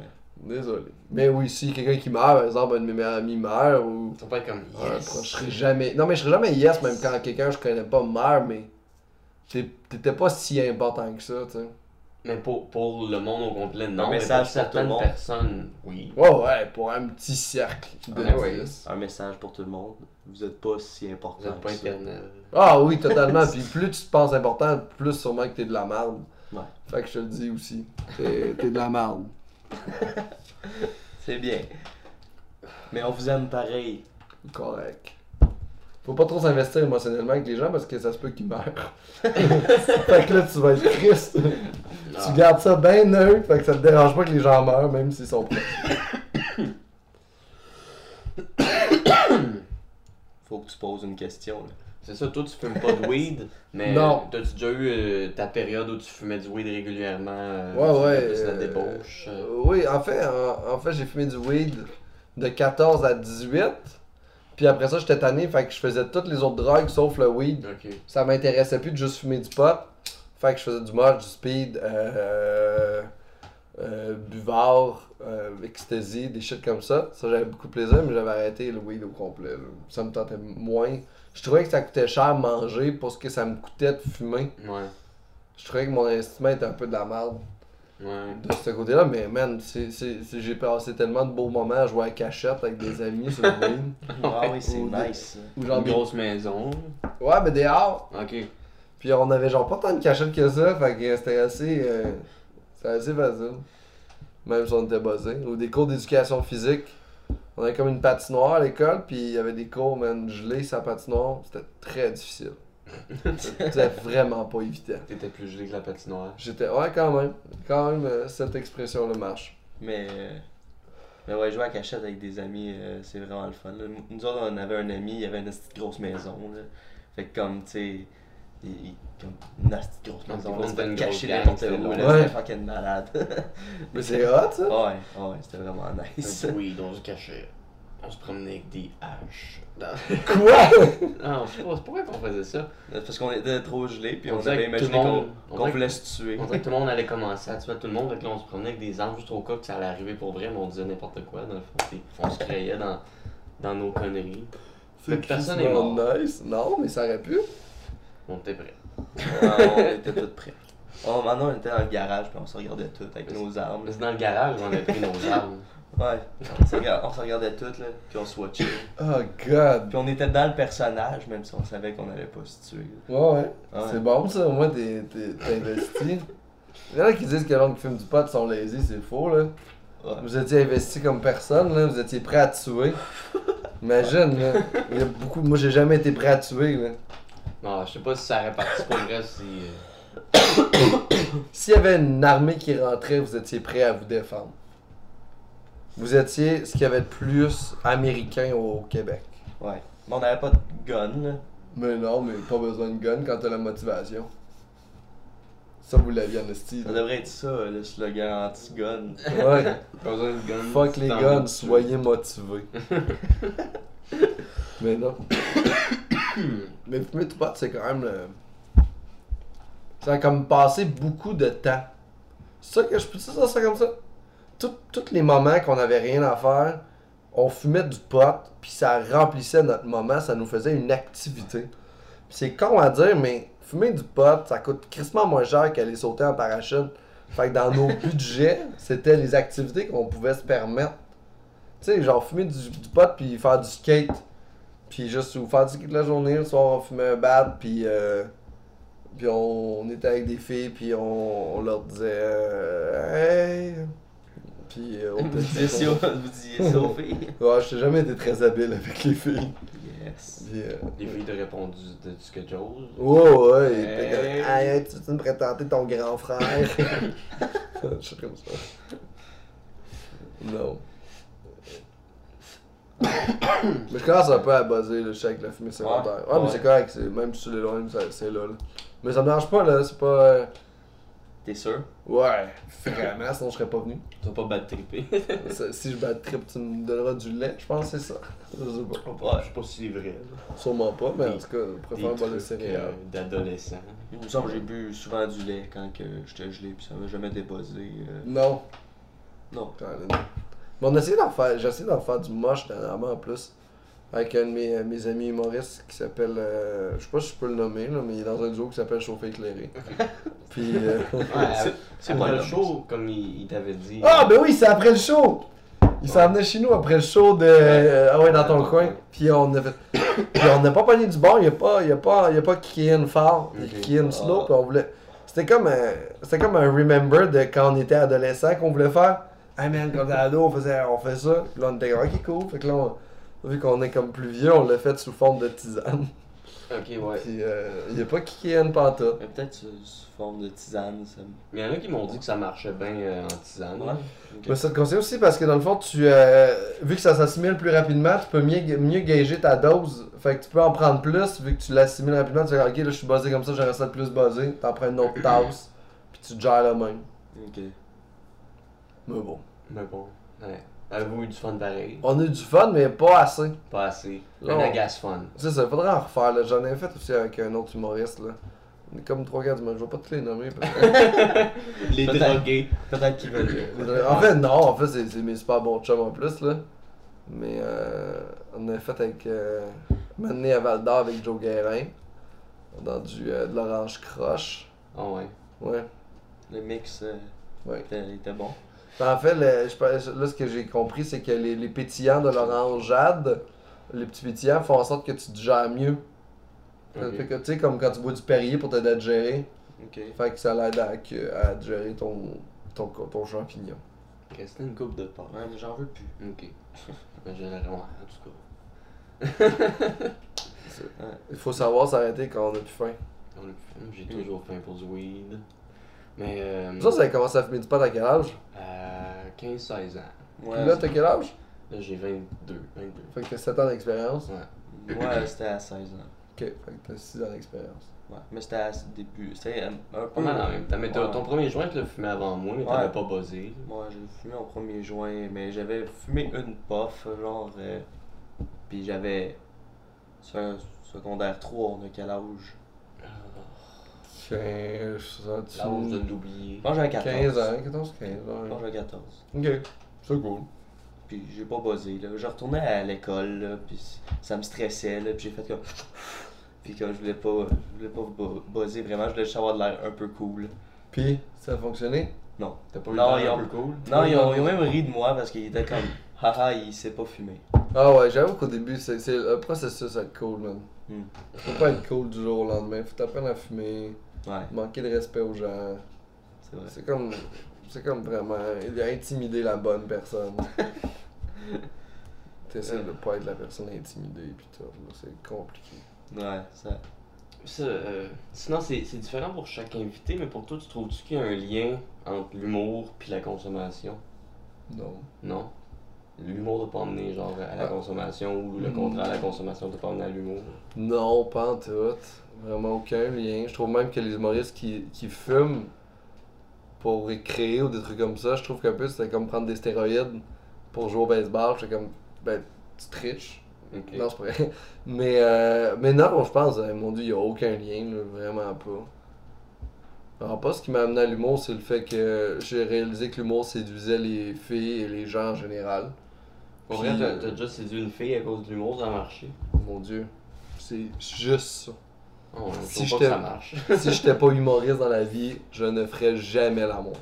[SPEAKER 1] Désolé. Mais oui, si quelqu'un qui meurt, par exemple, un de mes meilleurs amis meurt, ou.
[SPEAKER 2] Ça va être comme
[SPEAKER 1] un
[SPEAKER 2] yes.
[SPEAKER 1] proche, je serais jamais. Non, mais je serais jamais yes, même quand quelqu'un que je connais pas meurt, mais. t'es- T'étais pas si important que ça, tu sais.
[SPEAKER 2] Mais pour, pour le monde au complet, non.
[SPEAKER 3] Un
[SPEAKER 2] mais
[SPEAKER 3] message
[SPEAKER 2] pour
[SPEAKER 3] pour tout le
[SPEAKER 2] certaines
[SPEAKER 3] monde.
[SPEAKER 2] personnes, oui.
[SPEAKER 1] Ouais, ouais, pour un petit cercle de
[SPEAKER 2] Ah ouais.
[SPEAKER 1] 10.
[SPEAKER 3] Un message pour tout le monde. Vous êtes pas si important.
[SPEAKER 2] Vous êtes pas
[SPEAKER 3] que ça.
[SPEAKER 2] éternel.
[SPEAKER 1] Ah oui, totalement. Puis plus tu te penses important, plus sûrement que t'es de la merde.
[SPEAKER 3] Ouais.
[SPEAKER 1] Fait que je te le dis aussi. T'es t'es de la merde.
[SPEAKER 3] C'est bien. Mais on vous aime pareil.
[SPEAKER 1] Correct. Faut pas trop s'investir émotionnellement avec les gens parce que ça se peut qu'ils meurent. fait que là, tu vas être triste.
[SPEAKER 2] Ah.
[SPEAKER 1] Tu gardes ça bien neutre, fait que ça te dérange pas que les gens meurent, même s'ils sont pas.
[SPEAKER 3] Faut que tu poses une question. Là.
[SPEAKER 2] C'est ça, toi tu fumes pas de weed, mais
[SPEAKER 1] Non.
[SPEAKER 2] t'as-tu déjà eu euh, ta période où tu fumais du weed régulièrement euh,
[SPEAKER 1] Ouais,
[SPEAKER 2] tu
[SPEAKER 1] ouais,
[SPEAKER 2] faisais plus de la
[SPEAKER 1] euh,
[SPEAKER 2] débauche. euh,
[SPEAKER 1] Euh, Oui, en fait, en, en fait j'ai fumé du weed de 14 à 18. Puis après ça, j'étais tanné, fait que je faisais toutes les autres drogues sauf le weed.
[SPEAKER 2] Ok.
[SPEAKER 1] Ça m'intéressait plus de juste fumer du pot. Fait que je faisais du moche, du speed, euh, euh, buvard, euh, ecstasy, des shit comme ça. Ça, j'avais beaucoup de plaisir, mais j'avais arrêté le weed au complet. là. Ça me tentait moins. Je trouvais que ça coûtait cher manger pour ce que ça me coûtait de fumer.
[SPEAKER 2] Ouais.
[SPEAKER 1] Je trouvais que mon investissement était un peu de la merde
[SPEAKER 2] Ouais.
[SPEAKER 1] de ce côté-là, mais man, c'est- c'est- c'est- j'ai passé tellement de beaux moments à jouer à cachette avec des amis sur le wing.
[SPEAKER 3] Ah oui, c'est
[SPEAKER 1] Ou des-
[SPEAKER 3] nice.
[SPEAKER 1] Ou genre
[SPEAKER 2] Une
[SPEAKER 1] des...
[SPEAKER 2] grosse maison.
[SPEAKER 1] Ouais, mais dehors.
[SPEAKER 2] Ok.
[SPEAKER 1] Puis on avait genre pas tant de cachettes que ça, fait que c'était assez. euh, c'était assez facile. Même si on était buzzés. Ou des cours d'éducation physique. On avait comme une patinoire à l'école, puis il y avait des cours, man, gelés sa patinoire. C'était très difficile. C'était vraiment pas évident.
[SPEAKER 2] T'étais plus gelé que la patinoire.
[SPEAKER 1] J'étais. Ouais, quand même. Quand même, euh, cette expression-là marche.
[SPEAKER 3] Mais, euh, mais ouais, jouer à cachette avec des amis, euh, c'est vraiment le fun. là. Nous autres, on avait un ami, il avait une petite grosse maison. Là. Fait que comme, tu sais, il- il- comme une petite grosse
[SPEAKER 2] Donc,
[SPEAKER 3] maison,
[SPEAKER 2] tout le
[SPEAKER 3] là,
[SPEAKER 2] monde
[SPEAKER 3] tu peux
[SPEAKER 2] était
[SPEAKER 3] te
[SPEAKER 2] une
[SPEAKER 3] cacher
[SPEAKER 2] grosse
[SPEAKER 3] n'importe
[SPEAKER 2] gang,
[SPEAKER 3] où.
[SPEAKER 2] c'est
[SPEAKER 3] là,
[SPEAKER 1] bon.
[SPEAKER 3] C'était fucking malade.
[SPEAKER 1] Mais c'est hot, ça!
[SPEAKER 3] ouais, ouais, c'était vraiment nice.
[SPEAKER 2] Oui, on se cachait. On se promenait avec des haches.
[SPEAKER 1] Quoi?
[SPEAKER 2] Non, je sais pas, pourquoi on faisait ça?
[SPEAKER 3] Parce qu'on était trop gelés, puis
[SPEAKER 2] On
[SPEAKER 3] on,
[SPEAKER 2] dirait
[SPEAKER 3] avait
[SPEAKER 2] que tout
[SPEAKER 3] imaginé
[SPEAKER 2] le monde-
[SPEAKER 3] qu'on
[SPEAKER 2] on
[SPEAKER 3] qu'on
[SPEAKER 2] dirait
[SPEAKER 3] voulait se tuer.
[SPEAKER 2] On dirait que tout le monde allait commencer à tuer tout le monde, donc là on se promenait avec des armes juste au cas que ça allait arriver pour vrai, mais on disait n'importe quoi dans le fond. Puis On se créait dans, dans nos conneries. Fait que personne est
[SPEAKER 1] crissement Nice. Non, mais ça aurait pu.
[SPEAKER 2] On était prêts.
[SPEAKER 3] Ah, on était tous prêts. Oh, maintenant, on était dans le garage, puis on se regardait tous avec nos armes.
[SPEAKER 2] Mais c'est dans le garage on a pris nos armes.
[SPEAKER 3] Ouais, on se regard- on se regardait toutes, là, puis on se watchait.
[SPEAKER 1] Oh god.
[SPEAKER 3] Puis on était dans le personnage, même si on savait qu'on allait pas se tuer. Ah,
[SPEAKER 1] Ouais, ouais.
[SPEAKER 3] Ouais.
[SPEAKER 1] C'est bon ça, au moins t'es t'es- t'es investi. Il y en a qui disent que les gens qui fument du pot sont lazy, c'est faux là.
[SPEAKER 3] Ouais.
[SPEAKER 1] Vous étiez investi comme personne là, vous étiez prêt à tuer. Imagine là. Il y a beaucoup. Moi j'ai jamais été prêt à tuer là.
[SPEAKER 2] Non, je sais pas si ça répartit pour vrai si. euh,
[SPEAKER 1] S'il y avait une armée qui rentrait, vous étiez prêt à vous défendre. Vous étiez ce qu'il y avait de plus américain au Québec.
[SPEAKER 3] Ouais. Mais on n'avait pas de gun, là.
[SPEAKER 1] Mais non, mais pas besoin de gun quand t'as la motivation. Ça, vous l'aviez en esti,
[SPEAKER 3] Ça
[SPEAKER 1] là.
[SPEAKER 3] devrait être ça, le slogan anti-gun.
[SPEAKER 1] Ouais.
[SPEAKER 2] pas besoin de gun,
[SPEAKER 1] Fuck
[SPEAKER 2] si
[SPEAKER 1] les
[SPEAKER 2] t'as
[SPEAKER 1] guns,
[SPEAKER 2] envie de tuer.
[SPEAKER 1] soyez motivés. mais non. mais fumer tout pot, c'est quand même. le- Ça a comme passé beaucoup de temps. C'est ça que je peux dire ça, ça comme ça. Tout- Tous les moments qu'on n'avait rien à faire, on fumait du pot, puis ça remplissait notre moment, ça nous faisait une activité. Puis c'est con à dire, mais fumer du pot, ça coûte crissement moins cher qu'aller sauter en parachute. Fait que dans nos budgets, c'était les activités qu'on pouvait se permettre. Tu sais, genre fumer du, du pot puis faire du skate. Puis juste ou faire du skate la journée, le soir on fumait un bat puis euh, puis on, on était avec des filles puis on, on leur disait euh, hey puis euh, on
[SPEAKER 3] Vous
[SPEAKER 1] était
[SPEAKER 3] disiez ça, vous disiez ça aux filles.
[SPEAKER 1] Ouais, j'ai jamais été très habile avec les filles.
[SPEAKER 3] Yes.
[SPEAKER 1] Puis, euh,
[SPEAKER 2] Les filles t'ont répondu de, de quelque chose.
[SPEAKER 1] Ouais, ouais. il était
[SPEAKER 2] Hey.
[SPEAKER 1] comme, Aïe, aïe, tu veux me présenter ton grand frère? Je suis comme ça. Non. mais je commence un peu à buzzer, là, je sais, avec la fumée secondaire. Ouais,
[SPEAKER 3] Ouais,
[SPEAKER 1] mais
[SPEAKER 3] ouais.
[SPEAKER 1] c'est correct, c'est- même si tu l'éloignes, ça- c'est là, là. Mais ça me dérange pas, là, c'est pas. euh,
[SPEAKER 3] T'es sûr?
[SPEAKER 1] Ouais, vraiment, sinon je serais pas venu.
[SPEAKER 2] Tu vas pas bad tripper.
[SPEAKER 1] Ça, si je bats trip, tu me donneras du lait, je pense que c'est ça. Je sais pas.
[SPEAKER 2] Je sais pas si c'est vrai.
[SPEAKER 1] Sûrement pas, mais en
[SPEAKER 2] Des-
[SPEAKER 1] tout cas, je
[SPEAKER 2] Des
[SPEAKER 1] préfère un bol de
[SPEAKER 2] trucs,
[SPEAKER 1] céréales.
[SPEAKER 2] euh, d'adolescent.
[SPEAKER 3] Il me semble que j'ai bu souvent du lait quand que j'étais gelé, puis ça m'a jamais déposé. euh,
[SPEAKER 1] Non.
[SPEAKER 3] Non.
[SPEAKER 1] Caroline. Mais on a essayé d'en faire, j'ai essayé d'en faire du moche dernièrement en plus. Avec un de mes, euh, mes amis humoristes qui s'appelle, euh, je sais pas si je peux le nommer, là, mais il est dans un duo qui s'appelle Chauffé éclairé. Puis. euh,
[SPEAKER 2] Ouais, c'est
[SPEAKER 3] pas
[SPEAKER 2] pas le
[SPEAKER 3] grave.
[SPEAKER 2] show, comme il, il t'avait dit.
[SPEAKER 1] Ah, ben oui, c'est après le show! Il s'en venait chez nous après le show de. euh, ah ouais, dans ton
[SPEAKER 2] Ouais.
[SPEAKER 1] coin. Puis on a fait. Puis on n'a pas pogné du bon, il a pas, il a pas, il a pas kické in fort, il a
[SPEAKER 2] Ok.
[SPEAKER 1] kické in slow,
[SPEAKER 3] Ah.
[SPEAKER 1] puis on voulait. C'était comme un. C'était comme un remember de quand on était adolescent qu'on voulait faire. Hey man, quand t'es ado, on faisait, on fait ça. Puis là, on était, ok, cool. Fait que là, on- vu qu'on est comme plus vieux, on l'a fait sous forme de tisane.
[SPEAKER 2] Ok, ouais.
[SPEAKER 1] Puis euh, il a pas kické in pantoute.
[SPEAKER 3] Mais peut-être sous, sous forme de tisane, ça me.
[SPEAKER 2] Mais il y en a qui m'ont dit que ça marchait bien euh, en tisane.
[SPEAKER 3] Ouais. Ok.
[SPEAKER 1] Mais ça te conseille aussi parce que dans le fond, tu, euh, vu que ça s'assimile plus rapidement, tu peux mieux, mieux gager ta dose. Fait que tu peux en prendre plus, vu que tu l'assimiles rapidement, tu fais ok, là je suis buzzé comme ça, j'aurais ça de plus buzzé. T'en prends une autre tasse, puis tu te gères le même.
[SPEAKER 3] Ok.
[SPEAKER 1] Mais bon.
[SPEAKER 2] Mais bon, ouais. Avez-vous eu du fun pareil?
[SPEAKER 1] On a eu du fun, mais pas assez.
[SPEAKER 2] Pas assez.
[SPEAKER 1] Non.
[SPEAKER 2] Un agace fun.
[SPEAKER 1] C'est ça, faudrait en refaire. là. J'en ai fait aussi avec un autre humoriste. là. On est Comme trois gars du même, je vais pas tous les nommer. parce que-
[SPEAKER 2] Les
[SPEAKER 3] Peut-être.
[SPEAKER 2] drogués.
[SPEAKER 3] Peut-être qu'ils veulent. euh,
[SPEAKER 1] en fait, non, en fait, c'est c'est mes super bons chums en plus. là. Mais euh, on a fait avec. Euh, Mané à Val d'Or avec Joe Guérin. Dans du, euh, de l'orange croche.
[SPEAKER 2] Ah ouais.
[SPEAKER 1] Ouais.
[SPEAKER 3] Le mix euh,
[SPEAKER 1] Ouais.
[SPEAKER 3] était, était bon.
[SPEAKER 1] Ben, En fait, le- je pense- là, ce que j'ai compris, c'est que les, les pétillants de l'orangeade, les petits pétillants, font en sorte que tu digères mieux. Ça
[SPEAKER 2] Ok.
[SPEAKER 1] Fait que, tu sais, comme quand tu bois du Perrier pour t'aider à digérer.
[SPEAKER 3] Ok.
[SPEAKER 1] Fait que ça l'aide à, que- à digérer ton, ton, ton champignon.
[SPEAKER 2] Restait une coupe de porc.
[SPEAKER 3] Ouais, mais j'en veux plus.
[SPEAKER 2] Ok. Mais je l'ai- ouais, en tout cas.
[SPEAKER 1] Il faut savoir s'arrêter quand on a plus faim.
[SPEAKER 2] On a plus faim. J'ai toujours faim pour du weed. Mais euh,
[SPEAKER 1] Ça, vous avez commencé à fumer du pot à quel âge?
[SPEAKER 2] à 15-16 ans.
[SPEAKER 1] Puis
[SPEAKER 3] Ouais.
[SPEAKER 1] là, t'as quel âge?
[SPEAKER 2] Là j'ai 22. 22.
[SPEAKER 1] Fait que t'as 7 ans d'expérience.
[SPEAKER 2] Ouais.
[SPEAKER 3] Moi, c'était à 16 ans.
[SPEAKER 1] Ok, fait que t'as 6 ans d'expérience.
[SPEAKER 3] Ouais. Mais c'était à ce début. C'était un, un
[SPEAKER 2] Pas
[SPEAKER 3] peu.
[SPEAKER 2] mal en même temps. Ah, Mais t'as-
[SPEAKER 3] Ouais.
[SPEAKER 2] ton premier joint, tu l'as fumé avant moi, mais t'avais
[SPEAKER 3] Ouais.
[SPEAKER 2] pas buzzé.
[SPEAKER 3] Moi, j'ai fumé au 1er juin, mais j'avais fumé une puff, genre. euh, puis j'avais. sur un secondaire 3, on a quel âge
[SPEAKER 2] Là où je
[SPEAKER 1] 15
[SPEAKER 2] dois l'oublier.
[SPEAKER 3] Moi, j'avais 14.
[SPEAKER 1] 15 ans, 14, 15
[SPEAKER 3] Moi,
[SPEAKER 1] ans.
[SPEAKER 3] j'avais 14.
[SPEAKER 1] Ok, c'est cool.
[SPEAKER 3] Puis j'ai pas buzzé, là. Je retournais à l'école, là, puis ça me stressait, là, puis j'ai fait comme. Puis comme je voulais pas, je voulais pas bu- buzzer vraiment, je voulais juste avoir de l'air un peu cool.
[SPEAKER 1] Puis, ça a fonctionné?
[SPEAKER 3] Non.
[SPEAKER 2] T'as pas
[SPEAKER 3] Non,
[SPEAKER 2] eu
[SPEAKER 3] ils
[SPEAKER 2] un
[SPEAKER 3] ont-
[SPEAKER 2] peu cool?
[SPEAKER 3] Non, ils ont, ils ont même ri de moi parce qu'ils étaient comme. Haha, il sait pas fumer.
[SPEAKER 1] Ah ouais, j'avoue qu'au début, c'est c'est le processus à être cool, man.
[SPEAKER 3] Hmm.
[SPEAKER 1] Faut pas être cool du jour au lendemain, faut t'apprendre à fumer,
[SPEAKER 3] Ouais,
[SPEAKER 1] manquer de respect aux gens.
[SPEAKER 3] c'est vrai.
[SPEAKER 1] C'est comme. C'est comme vraiment intimider la bonne personne. T'essaies de pas être la personne intimidée pis tout, là, c'est compliqué.
[SPEAKER 3] Ouais, ça.
[SPEAKER 2] Ça, euh, sinon, c'est c'est différent pour chaque invité, mais pour toi, tu trouves-tu qu'il y a un lien entre l'humour puis la consommation?
[SPEAKER 1] Non.
[SPEAKER 2] Non? L'humour t'a pas emmené genre à la
[SPEAKER 1] Ah.
[SPEAKER 2] consommation ou le contraire à la consommation t'a pas emmené à l'humour.
[SPEAKER 1] Non, pas en tout. Vraiment aucun lien. Je trouve même que les humoristes qui, qui fument pour créer ou des trucs comme ça, je trouve qu'un peu c'était comme prendre des stéroïdes pour jouer au baseball. J'étais comme, ben, tu triches.
[SPEAKER 2] Ok.
[SPEAKER 1] Non, c'est pas vrai. Mais, euh, mais non, je pense, euh, mon dieu, il n'y a aucun lien, là, vraiment pas. Alors, pas ce qui m'a amené à l'humour, c'est le fait que j'ai réalisé que l'humour séduisait les filles et les gens en général.
[SPEAKER 2] Pour vrai,
[SPEAKER 1] Puis,
[SPEAKER 2] t'as t'as déjà séduit une fille à cause de l'humour, ça a marché.
[SPEAKER 1] Mon dieu, c'est juste
[SPEAKER 2] Oh, je
[SPEAKER 1] Si
[SPEAKER 2] si
[SPEAKER 1] je
[SPEAKER 2] pas que ça
[SPEAKER 1] t'aime.
[SPEAKER 2] marche.
[SPEAKER 1] ça. si j'étais pas humoriste dans la vie, je ne ferais jamais l'amour.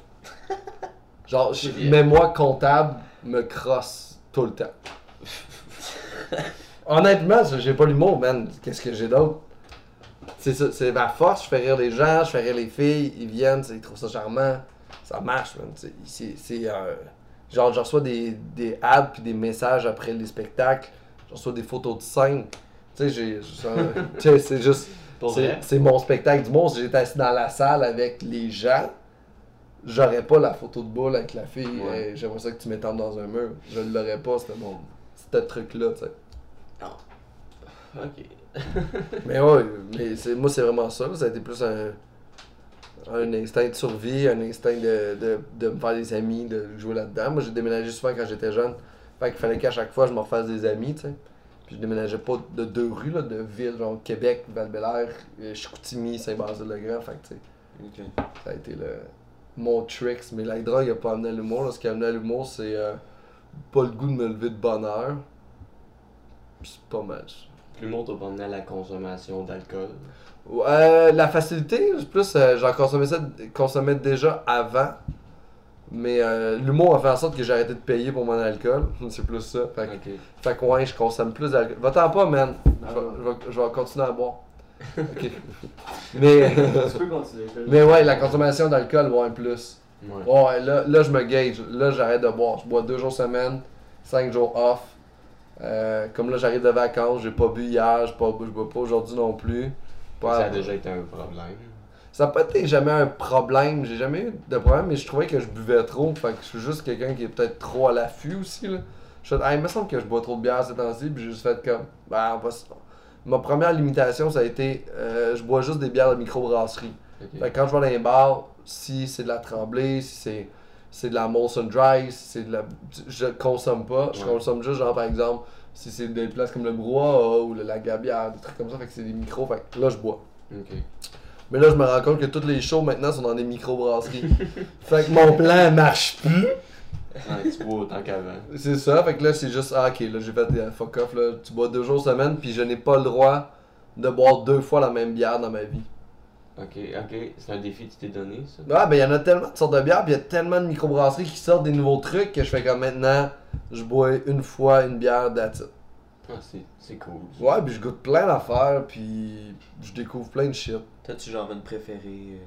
[SPEAKER 1] Genre, je- mais moi, comptable, me crosse tout le temps. Honnêtement, ça, j'ai pas l'humour, man. Qu'est-ce que j'ai d'autre? C'est ça, c'est ma force. Je fais rire les gens, je fais rire les filles, ils viennent, c'est- ils trouvent ça charmant. Ça marche, man. C'est- C'est. c'est, euh, Genre, je reçois des, des ads puis des messages après les spectacles. Je reçois des photos de scène. Tu sais, j'ai. je- tu sais, c'est juste.
[SPEAKER 2] Pour
[SPEAKER 1] C'est-
[SPEAKER 2] vrai.
[SPEAKER 1] C'est mon spectacle du monstre. J'étais assis dans la salle avec les gens. J'aurais pas la photo de boule avec la fille.
[SPEAKER 2] Ouais.
[SPEAKER 1] Hey, J'aimerais ça que tu m'étends dans un mur. Je l'aurais pas, c'était mon. Ce truc-là, tu sais.
[SPEAKER 2] Ok.
[SPEAKER 1] Mais ouais, mais c'est- moi, c'est vraiment ça. là. Ça a été plus un. un instinct de survie, un instinct de, de, de me faire des amis, de jouer là-dedans. Moi, j'ai déménagé souvent quand j'étais jeune. Fait qu'il fallait qu'à chaque fois, je me refasse des amis, tu sais. Puis je déménageais pas de deux rues, là, de villes, genre Québec, Val-Bélair, euh, Chicoutimi, Saint-Basile-le-Grand. Fait que, tu sais,
[SPEAKER 3] Ok.
[SPEAKER 1] ça a été le... mon tricks. Mais la drogue a pas amené à l'humour. là. Ce qui a amené à l'humour, c'est euh, pas le goût de me lever de bonne heure. Puis c'est pas mal.
[SPEAKER 2] Plus monte au bon à la consommation d'alcool.
[SPEAKER 1] Ouais, euh, la facilité, c'est plus euh, j'en consommais ça consommais déjà avant. Mais euh, l'humour a fait en sorte que j'ai arrêté de payer pour mon alcool. C'est plus ça. Fait que,
[SPEAKER 2] Ok.
[SPEAKER 1] fait que ouais, je consomme plus d'alcool. Va-t'en pas, man. Je vais-
[SPEAKER 4] Non.
[SPEAKER 1] Je vais- je vais continuer à boire. Ok. mais,
[SPEAKER 4] Tu peux continuer. t'as le-
[SPEAKER 1] mais ouais, la consommation d'alcool, ouais, plus.
[SPEAKER 2] Ouais.
[SPEAKER 1] Ouais, là, là je me gage. Là, j'arrête de boire. Je bois deux jours semaine, cinq jours off. Euh, comme là, j'arrive de vacances, j'ai pas bu hier, j'ai pas, je bois pas aujourd'hui non plus. Pas
[SPEAKER 2] Ça a
[SPEAKER 1] avant.
[SPEAKER 2] déjà été un problème.
[SPEAKER 1] Ça n'a pas été jamais un problème. J'ai jamais eu de problème, mais je trouvais que je buvais trop. Fait que je suis juste quelqu'un qui est peut-être trop à l'affût aussi. Là. Je suis ah, il me semble que je bois trop de bière ces temps-ci, puis j'ai juste fait comme. Bah, on va se- Ma première limitation, ça a été euh, je bois juste des bières de microbrasserie.
[SPEAKER 2] Ok.
[SPEAKER 1] Fait que quand je vais dans les bars, si c'est de la tremblée, si c'est c'est de la Molson Dry, si c'est de la. Je consomme pas. Je
[SPEAKER 2] Ouais.
[SPEAKER 1] consomme juste, genre par exemple, si c'est des places comme le Brouhaha ou le la Gabière, des trucs comme ça. Fait que c'est des micros. Fait que là, je bois.
[SPEAKER 2] Ok.
[SPEAKER 1] Mais là, je me rends compte que toutes les shows maintenant sont dans des microbrasseries. fait que mon plan marche plus.
[SPEAKER 2] Ouais, tu bois autant qu'avant.
[SPEAKER 1] C'est ça. Fait que là, c'est juste, ah, ok, là, j'ai fait des fuck off. Là. Tu bois deux jours semaine, puis je n'ai pas le droit de boire deux fois la même bière dans ma vie.
[SPEAKER 2] Ok, ok. C'est un défi que tu t'es donné, ça.
[SPEAKER 1] Ouais, ben, il y en a tellement de sortes de bières, puis il y a tellement de microbrasseries qui sortent des nouveaux trucs que je fais comme maintenant, je bois une fois une bière d'attitude.
[SPEAKER 2] Ah, c'est- c'est cool.
[SPEAKER 1] Ouais, puis je goûte plein d'affaires, puis je découvre plein de shit.
[SPEAKER 3] T'as-tu genre une préférée euh,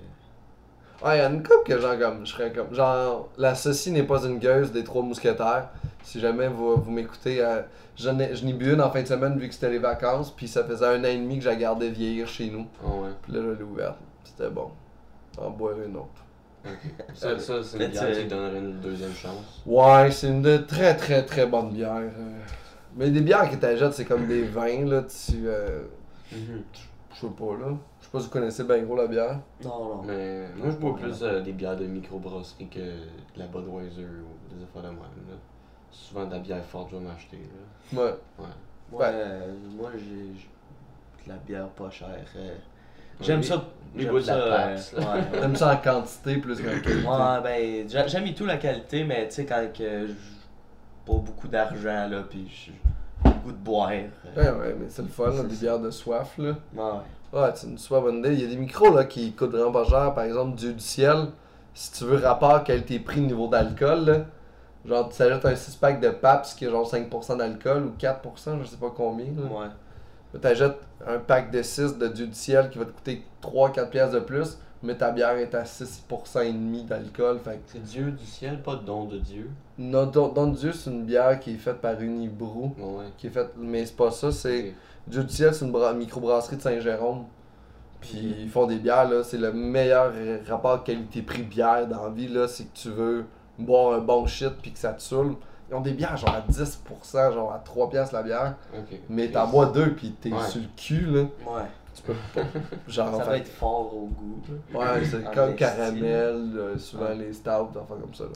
[SPEAKER 1] Ouais, il y a une couple que genre comme je serais comme genre la ceci n'est pas une gueuse des trois mousquetaires. Si jamais vous, vous m'écoutez, euh, j'en ai- je n'ai bu une en fin de semaine vu que c'était les vacances, puis ça faisait un an et demi que je la gardais vieillir chez nous.
[SPEAKER 2] Ah ouais.
[SPEAKER 1] Puis là je l'ai ouverte, c'était bon. En boire une autre.
[SPEAKER 2] Ça, ça c'est une
[SPEAKER 3] Mais
[SPEAKER 2] bière
[SPEAKER 3] tu-
[SPEAKER 2] qui te donnerait une deuxième chance.
[SPEAKER 1] Ouais, c'est une de très très très bonne bière. euh. Mais des bières que t'achètes, c'est comme des vins là, tu euh, je sais pas là. Je sais pas si vous connaissez ben gros la bière.
[SPEAKER 3] Non, non.
[SPEAKER 2] Mais moi, je bois plus euh, des bières de microbrasserie que de la Budweiser ou des affaires de même. Là. Souvent de la bière forte, je vais m'acheter. là.
[SPEAKER 1] Ouais.
[SPEAKER 3] Moi,
[SPEAKER 1] Ouais.
[SPEAKER 3] euh, moi j'ai j'ai de la bière pas chère. euh.
[SPEAKER 2] Ouais,
[SPEAKER 3] J'aime
[SPEAKER 2] lui-
[SPEAKER 3] ça.
[SPEAKER 2] lui
[SPEAKER 3] j'aime
[SPEAKER 2] boit de la
[SPEAKER 3] ça,
[SPEAKER 2] Pabst,
[SPEAKER 3] euh, ouais.
[SPEAKER 1] J'aime ça en quantité plus qu'en qualité.
[SPEAKER 3] Ouais, ben, j'a- j'aime et tout la qualité, mais tu sais, quand que j'ai pas beaucoup d'argent, là, pis j'ai pas le goût de boire. euh,
[SPEAKER 1] Ouais, ouais, mais c'est le fun, là, des bières de soif là.
[SPEAKER 3] ouais.
[SPEAKER 1] Ouais, Ah, c'est une super bonne idée. Il y a des micros là, qui coûtent vraiment pas cher. Par exemple, Dieu du ciel, si tu veux rapport qualité-prix niveau d'alcool, là, genre tu t'achètes un 6-pack de PAPS qui est genre 5% d'alcool ou 4%, je sais pas combien. là.
[SPEAKER 3] Ouais.
[SPEAKER 1] Mais t'achètes un pack de 6 de Dieu du ciel qui va te coûter 3-4 pièces de plus, mais ta bière est à 6% et demi d'alcool. Fait que...
[SPEAKER 2] C'est Dieu du ciel, pas de don de Dieu.
[SPEAKER 1] Non, Don Don Dieu, c'est une bière qui est faite par Unibrew.
[SPEAKER 2] Ouais.
[SPEAKER 1] Qui est faite... Mais c'est pas ça, c'est... Dieu du ciel, c'est une bra- microbrasserie de Saint-Jérôme. Puis ils font des bières, là. C'est le meilleur euh, rapport qualité-prix bière dans la vie, là. C'est que tu veux boire un bon shit puis que ça te saoule. Ils ont des bières genre à 10%, genre à 3$ piastres la bière.
[SPEAKER 2] Ok.
[SPEAKER 1] Mais t'en bois deux puis t'es
[SPEAKER 2] Ouais.
[SPEAKER 1] sur le cul, là.
[SPEAKER 3] Ouais.
[SPEAKER 1] Tu peux pas. Genre,
[SPEAKER 3] Ça
[SPEAKER 1] en
[SPEAKER 3] va
[SPEAKER 1] fait,
[SPEAKER 3] être fort au goût. Ah, là.
[SPEAKER 1] Ah, ouais, c'est
[SPEAKER 3] en
[SPEAKER 1] comme
[SPEAKER 3] esti.
[SPEAKER 1] caramel, euh, souvent
[SPEAKER 3] Ouais.
[SPEAKER 1] les stouts, des affaires comme ça, là.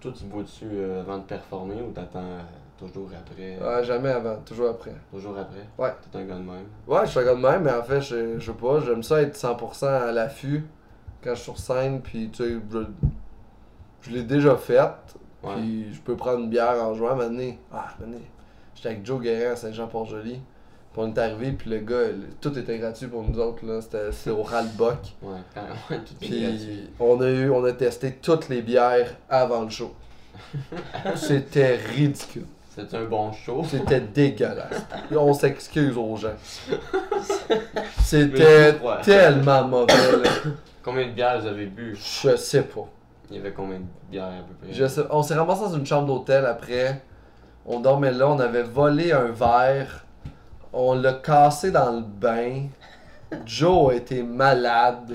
[SPEAKER 2] Toi, tu bois-tu euh, avant de performer ou t'attends euh, toujours après
[SPEAKER 1] Ouais, jamais avant, toujours après.
[SPEAKER 2] Toujours après
[SPEAKER 1] Ouais.
[SPEAKER 2] T'es un gars de même.
[SPEAKER 1] Ouais, je fais comme même, mais en fait, je, je sais pas, j'aime ça être 100% à l'affût quand je suis sur scène, puis tu sais, je, je l'ai déjà faite,
[SPEAKER 2] Ouais.
[SPEAKER 1] puis je peux prendre une bière en jouant, maintenant. Ah, maintenant, j'étais avec Joe Guérin à Saint-Jean-Port-Joli, puis on est arrivé, puis le gars, le- tout était gratuit pour nous autres, là, c'était c'était au Ralbock,
[SPEAKER 2] Ouais, quand même. Tout est gratuit.
[SPEAKER 1] puis on a eu, on a testé toutes les bières avant le show. C'était ridicule.
[SPEAKER 2] C'est un bon show.
[SPEAKER 1] C'était dégueulasse. Là, on s'excuse aux gens.
[SPEAKER 2] Mais je
[SPEAKER 1] C'était
[SPEAKER 2] crois.
[SPEAKER 1] tellement mauvais. là.
[SPEAKER 2] Combien de bières vous avez bu
[SPEAKER 1] Je sais pas.
[SPEAKER 2] Il y avait combien de bières à peu près
[SPEAKER 1] Je sais- On s'est ramassé dans une chambre d'hôtel après. On dormait là, on avait volé un verre. On l'a cassé dans le bain. Joe a été malade.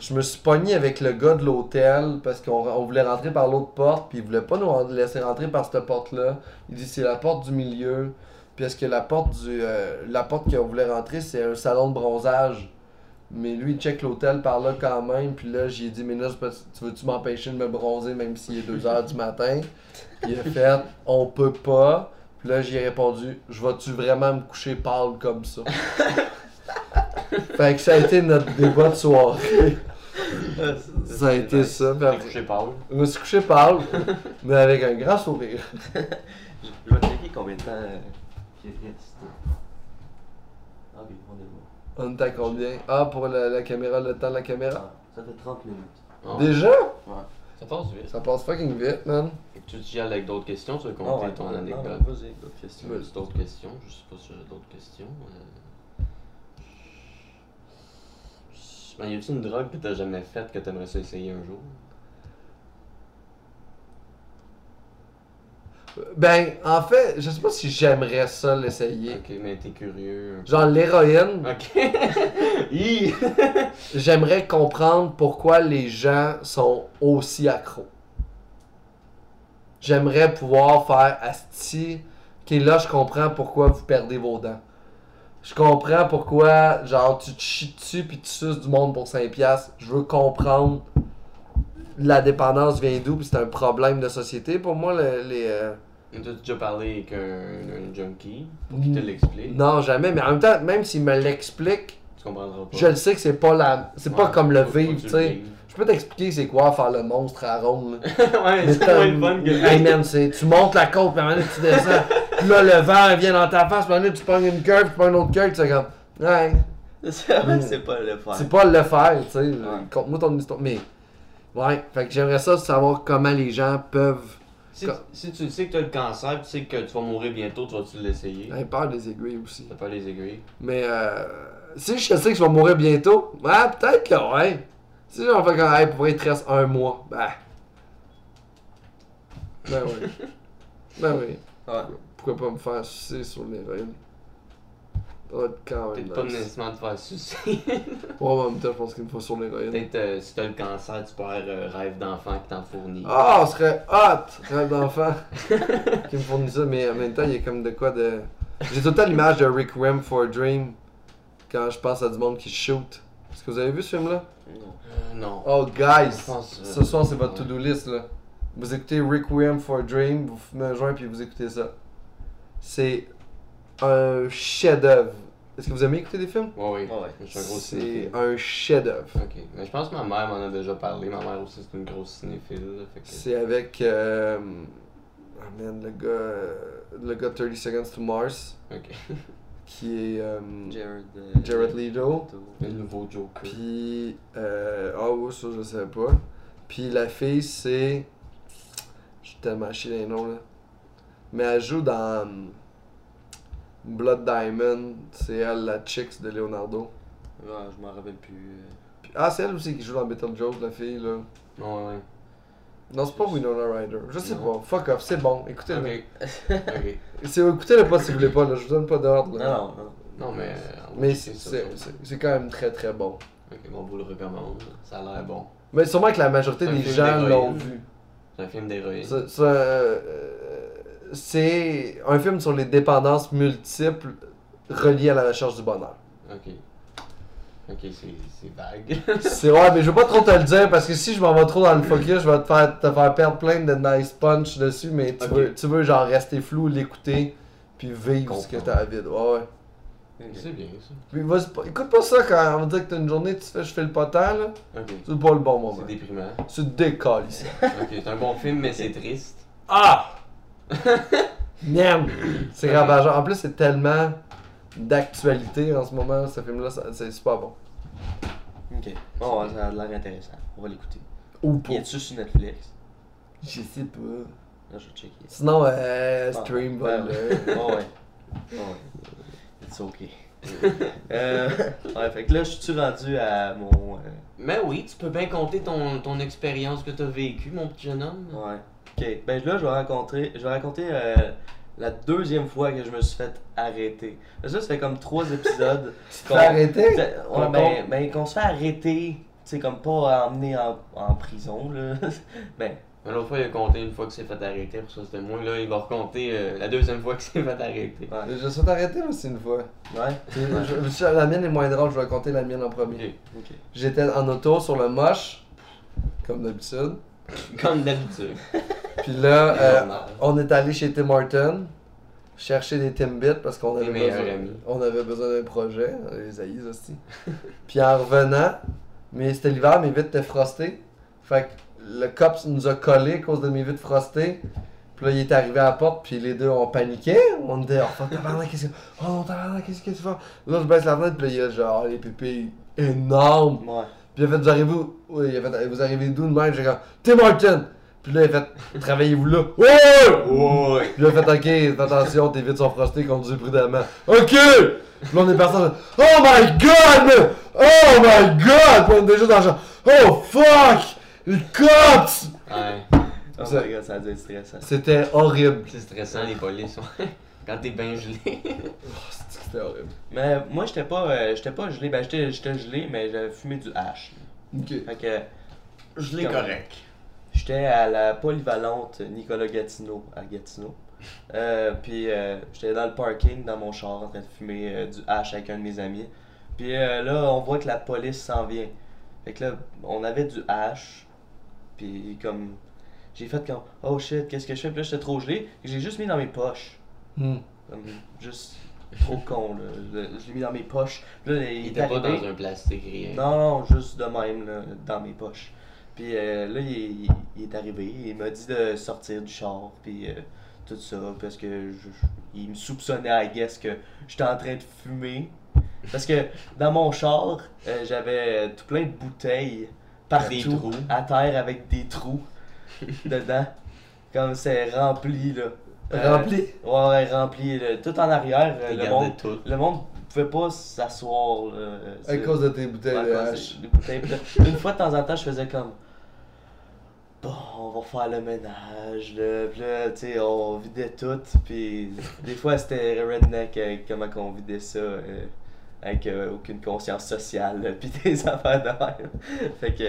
[SPEAKER 1] Je me suis pogné avec le gars de l'hôtel parce qu'on on voulait rentrer par l'autre porte, puis il voulait pas nous ren- laisser rentrer par cette porte-là. Il dit c'est la porte du milieu. Puis est-ce que la porte du euh, la porte qu'on voulait rentrer, c'est un salon de bronzage. Mais lui, il check l'hôtel par là quand même. Puis là, j'ai dit, mais là, c'est parce- tu veux-tu m'empêcher de me bronzer même s'il est 2h du matin? Il a fait, on peut pas. Puis là, j'ai répondu, je vais-tu vraiment me coucher pâle comme ça? fait que ça a été notre débat de soirée. Ça a été ça. Puis
[SPEAKER 2] T'es
[SPEAKER 1] après-
[SPEAKER 2] couché pâle.
[SPEAKER 1] je me suis couché pâle, mais avec un grand sourire.
[SPEAKER 3] Je, je vais checker combien de temps euh, il reste. Ok, on est bon.
[SPEAKER 1] On est à combien? Ah, pour la, la caméra, le temps de la caméra.
[SPEAKER 3] Ah, Ça fait 30 minutes.
[SPEAKER 2] Ah,
[SPEAKER 1] Déjà?
[SPEAKER 2] Ça passe vite.
[SPEAKER 1] Ça passe fucking vite, man.
[SPEAKER 2] Tu te gèles avec d'autres questions, tu veux
[SPEAKER 3] Ah Non,
[SPEAKER 1] Ah
[SPEAKER 2] compter ton anecdote.
[SPEAKER 3] Vas-y, d'autres questions.
[SPEAKER 1] Ouais.
[SPEAKER 2] Juste d'autres questions, je sais pas si j'ai d'autres questions. euh. Ben, y a-t-il une drogue que t'as jamais faite que t'aimerais ça essayer un jour?
[SPEAKER 1] Ben, en fait, je sais pas si j'aimerais ça l'essayer.
[SPEAKER 2] Ok, mais t'es curieux. un peu.
[SPEAKER 1] Genre l'héroïne,
[SPEAKER 2] Ok! Hi!
[SPEAKER 1] j'aimerais comprendre pourquoi les gens sont aussi accros. J'aimerais pouvoir faire asti. Ok, là, je comprends pourquoi vous perdez vos dents. Je comprends pourquoi, genre, tu te chies dessus puis tu suces du monde pour 5$. piastres. Je veux comprendre la dépendance vient d'où puis c'est un problème de société. Pour moi, le- les. euh,
[SPEAKER 2] Mais T'as déjà parlé avec un, un junkie pour qu'il te l'explique?
[SPEAKER 1] Hmm. Non, jamais, mais en même temps, même s'il me l'explique,
[SPEAKER 2] Tu comprendras pas.
[SPEAKER 1] je le sais que c'est pas la. C'est pas
[SPEAKER 2] Ouais,
[SPEAKER 1] comme le
[SPEAKER 2] faut- faut que
[SPEAKER 1] vivre,
[SPEAKER 2] tu
[SPEAKER 1] tu
[SPEAKER 2] le
[SPEAKER 1] sais.
[SPEAKER 2] vives.
[SPEAKER 1] Je peux t'expliquer c'est quoi faire le monstre à ronde. là.
[SPEAKER 2] ouais,
[SPEAKER 1] Mais
[SPEAKER 2] c'est moins
[SPEAKER 1] t'as-
[SPEAKER 2] le fun que
[SPEAKER 1] Hey man, c'est- tu montes la côte, puis à un moment donné, tu descends. puis là, le vent vient dans ta face, puis à un moment donné, tu pognes une curve, puis tu pognes une autre curve, tu sais, comme. Ouais.
[SPEAKER 3] C'est vrai que
[SPEAKER 1] Mm.
[SPEAKER 3] c'est pas le faire.
[SPEAKER 1] C'est pas le faire, tu sais. Conte-moi ton histoire. Mais. Ouais, fait que j'aimerais ça savoir comment les gens peuvent.
[SPEAKER 2] Si, si tu sais que t'as le cancer, tu sais que tu vas mourir bientôt, tu vas-tu l'essayer?
[SPEAKER 1] J'ai peur des aiguilles aussi.
[SPEAKER 2] T'as pas les aiguilles?
[SPEAKER 1] Mais euh, si je sais que je vais mourir bientôt, ouais, peut-être que ouais. Si j'en fais quand hey, pour vrai, il te reste un mois, bah. Ben oui. ben oui.
[SPEAKER 3] Ah Ouais.
[SPEAKER 1] Pourquoi pas me faire sucer sur l'héroïne? Ça va être quand même
[SPEAKER 2] Peut-être pas
[SPEAKER 1] nice.
[SPEAKER 2] nécessairement de faire sucer.
[SPEAKER 1] Ouais, en même temps, je pense qu'il me faut sur l'héroïne.
[SPEAKER 2] Peut-être euh, si t'as le cancer, tu perds euh, rêve d'enfant qui t'en fournit.
[SPEAKER 1] Ah, on serait hot! Rêve d'enfant qui me fournit ça, mais en même temps, il y a comme de quoi de. J'ai tout le temps l'image de Rick Rem for a Dream quand je pense à du monde qui shoot. Est-ce que vous avez vu ce film-là?
[SPEAKER 3] Non.
[SPEAKER 2] Euh, non.
[SPEAKER 1] Oh, guys!
[SPEAKER 2] Je pense, euh,
[SPEAKER 1] Ce soir, c'est votre
[SPEAKER 2] ouais.
[SPEAKER 1] to-do list, là. Vous écoutez Requiem for a Dream, vous fumez un joint, puis vous écoutez ça. C'est un chef-d'œuvre. Est-ce que vous aimez écouter des films?
[SPEAKER 2] Ouais, ouais.
[SPEAKER 3] Ah Ouais, ouais.
[SPEAKER 2] Je suis un gros
[SPEAKER 1] Ah. C'est
[SPEAKER 2] cinéphile.
[SPEAKER 1] un chef-d'œuvre.
[SPEAKER 2] Ok. Mais je pense que ma mère m'en a déjà parlé. Ma mère aussi, c'est une grosse cinéphile. là, fait que-
[SPEAKER 1] C'est avec. euh, ah, man, le gars. euh, Le gars 30 Seconds to Mars,
[SPEAKER 2] Ok.
[SPEAKER 1] qui est. euh,
[SPEAKER 3] Jared. euh,
[SPEAKER 1] Jared Leto.
[SPEAKER 2] Le nouveau Joker.
[SPEAKER 1] Puis. euh, Ah, ouais, ça, je sais pas. Puis la fille, c'est. Je suis tellement chier les noms, là. Mais elle joue dans. hum, Blood Diamond. C'est elle, la chicks de Leonardo.
[SPEAKER 3] Ouais, Ah, je m'en rappelle plus. euh.
[SPEAKER 1] Puis- ah, c'est elle aussi qui joue dans Beetlejuice, la fille, là.
[SPEAKER 2] Ouais, ouais.
[SPEAKER 1] Non, c'est pas Winona Ryder. Je sais
[SPEAKER 2] Non.
[SPEAKER 1] pas. Fuck off, c'est bon. Écoutez-le.
[SPEAKER 2] Ok. ok.
[SPEAKER 1] Si vous écoutez le pas si vous voulez pas, là. Je vous donne pas d'ordre, là.
[SPEAKER 3] Non, non, non.
[SPEAKER 2] Non, mais. euh, on va
[SPEAKER 1] Mais
[SPEAKER 2] checker
[SPEAKER 1] c'est-
[SPEAKER 2] ça,
[SPEAKER 1] c'est
[SPEAKER 2] ça.
[SPEAKER 1] c'est- c'est quand même très très bon.
[SPEAKER 2] Ok, bon, on vous le recommande. Ça a l'air bon.
[SPEAKER 1] Mais sûrement que la majorité
[SPEAKER 2] C'est un
[SPEAKER 1] des
[SPEAKER 2] film
[SPEAKER 1] gens
[SPEAKER 2] d'héroïne.
[SPEAKER 1] l'ont vu.
[SPEAKER 2] C'est un film d'héroïne.
[SPEAKER 1] Ça- ça, euh, euh, C'est un film sur les dépendances multiples reliées à la recherche du bonheur.
[SPEAKER 2] Ok. Ok, c'est c'est vague.
[SPEAKER 1] C'est ouais, mais je veux pas trop te le dire parce que si je m'en vais trop dans le focus, je vais te faire, te faire perdre plein de nice punch dessus, mais tu,
[SPEAKER 2] Ok.
[SPEAKER 1] veux, tu veux genre rester flou, l'écouter, puis vivre ce que
[SPEAKER 2] Comprends.
[SPEAKER 1] t'as à vivre. Ouais, ouais.
[SPEAKER 3] Ok.
[SPEAKER 2] c'est bien ça.
[SPEAKER 1] Puis vas-y pas- écoute pas ça quand on va dire que t'as une journée, tu fais je fais le potin là,
[SPEAKER 2] Ok.
[SPEAKER 1] c'est pas le bon moment.
[SPEAKER 2] C'est déprimant.
[SPEAKER 1] Tu te décolles ici.
[SPEAKER 2] Ok, c'est un bon film, mais c'est triste.
[SPEAKER 1] Ah! Miam! C'est ravageant. En plus, c'est tellement d'actualité en ce moment, ce film-là, ça- c'est super bon.
[SPEAKER 3] Ok. Bon, ça a l'air intéressant. On va l'écouter.
[SPEAKER 1] Ou
[SPEAKER 3] Il
[SPEAKER 1] pas.
[SPEAKER 3] est-tu sur Netflix
[SPEAKER 1] Je sais pas.
[SPEAKER 3] Là, je vais checker.
[SPEAKER 1] Sinon, euh,
[SPEAKER 3] Ah,
[SPEAKER 1] stream,
[SPEAKER 3] ouais,
[SPEAKER 1] va
[SPEAKER 3] ouais. Ouais, ouais. Ouais. It's okay. euh, ouais, fait que là, je suis rendu à mon. euh,
[SPEAKER 2] Mais oui, tu peux bien compter ton, ton expérience que t'as vécue, mon petit jeune homme.
[SPEAKER 3] Ouais. Ok. Ben là, je vais raconter, je vais raconter euh, la deuxième fois que je me suis fait arrêter. Parce que là, ça fait comme trois épisodes. qu'on-
[SPEAKER 1] arrêter?
[SPEAKER 3] Ouais,
[SPEAKER 1] Qu'on-
[SPEAKER 3] ben, ben, qu'on se fait arrêter. Tu sais, comme pas emmener en, en prison, là. ben,
[SPEAKER 2] Mais l'autre fois, il a compté une fois qu'il s'est fait arrêter, pour ça c'était moins. Là, il va recompter euh, la deuxième fois qu'il s'est fait arrêter.
[SPEAKER 3] Ouais.
[SPEAKER 1] Je suis arrêté aussi une fois.
[SPEAKER 3] Ouais.
[SPEAKER 1] Je- je- la mienne est moins drôle, je vais raconter la mienne en premier.
[SPEAKER 2] Ok.
[SPEAKER 3] Ok.
[SPEAKER 1] J'étais en auto sur le moche, comme d'habitude.
[SPEAKER 2] Comme d'habitude.
[SPEAKER 1] Puis là, euh,
[SPEAKER 2] Normal.
[SPEAKER 1] on est allé chez Tim Horton chercher des Timbits parce qu'on
[SPEAKER 2] Tes
[SPEAKER 1] avait,
[SPEAKER 2] meilleurs
[SPEAKER 1] besoin-
[SPEAKER 2] amis.
[SPEAKER 1] on avait besoin d'un projet, on les haïs aussi. Puis en revenant, mais c'était l'hiver, mes vitres étaient frostées. Fait que le cops nous a collés à cause de mes vitres frostées. Puis là, il est arrivé à la porte, puis les deux, on paniquait. On était, oh fuck, tabarnak, qu'est-ce que. Oh non, tabarnak, qu'est-ce que tu fais? Là, je baisse la fenêtre, puis là, il y a genre les pupilles énormes.
[SPEAKER 3] Ouais.
[SPEAKER 1] Puis il a fait, vous arrivez où? Oui, il a fait, vous arrivez d'où de même? J'ai comme, Tim Horton! Puis là, il a fait, travaillez-vous là? Ouais!
[SPEAKER 2] Ouais.
[SPEAKER 1] Puis il a fait, ok, fais attention, tes vides sont frostées, conduis prudemment. Ok! Puis là, on est parti dans le- Oh my god! man! Oh my god! Puis on était juste dans le genre, oh fuck! Les cops!
[SPEAKER 2] Ouais.
[SPEAKER 3] Oh
[SPEAKER 1] Ça-
[SPEAKER 3] my god, ça a dû être stressant.
[SPEAKER 1] C'était horrible.
[SPEAKER 2] C'est stressant, les polices. ouais. Quand t'es bien gelé.
[SPEAKER 1] Oh, c'était c'était horrible.
[SPEAKER 3] Mais moi, j'étais pas, euh, j'étais pas gelé. Ben, j'étais j'étais gelé, mais j'avais fumé du hash.
[SPEAKER 1] Ok.
[SPEAKER 3] Fait que
[SPEAKER 2] Gelé
[SPEAKER 3] Comme- j'étais à la polyvalente Nicolas Gatineau à Gatineau. Euh, puis euh, j'étais dans le parking, dans mon char, en train de fumer euh, du hash avec un de mes amis. Puis euh, là, on voit que la police s'en vient. Fait que là, on avait du hash. Puis comme. J'ai fait comme. Oh shit, qu'est-ce que je fais? Puis là, j'étais trop gelé. J'ai juste mis dans mes poches.
[SPEAKER 1] Hmm.
[SPEAKER 3] Comme, juste trop con, là. Je- Je l'ai mis dans mes poches. Puis là, il,
[SPEAKER 2] Il
[SPEAKER 3] est
[SPEAKER 2] était pas
[SPEAKER 3] arrivé.
[SPEAKER 2] dans un plastique rien.
[SPEAKER 3] Non, non, juste de même, là, dans mes poches. Puis euh, là, il, il- il est arrivé, il m'a dit de sortir du char, puis euh, tout ça, parce que je- je- il me soupçonnait à guess que j'étais en train de fumer. Parce que dans mon char, euh, j'avais tout plein de bouteilles partout,
[SPEAKER 2] Des trous.
[SPEAKER 3] à terre avec des trous dedans. Comme c'est rempli, là. Euh,
[SPEAKER 1] Rempli?
[SPEAKER 3] Ouais, ouais, rempli. là. Tout en arrière, euh,
[SPEAKER 2] Il
[SPEAKER 3] le
[SPEAKER 2] gardait
[SPEAKER 3] monde,
[SPEAKER 2] tout.
[SPEAKER 3] le monde pouvait pas s'asseoir. là, euh,
[SPEAKER 1] À
[SPEAKER 3] sur-
[SPEAKER 1] cause de tes bouteilles de
[SPEAKER 3] Ouais, à cause
[SPEAKER 1] hache.
[SPEAKER 3] des- des bouteilles de- Une fois de temps en temps, je faisais comme. Bon, on va faire le ménage, là. Puis là, tu sais, on vidait tout. Puis des fois, c'était redneck avec comment qu'on vidait ça. euh, avec euh, aucune conscience sociale, là, puis des affaires de même. Fait que,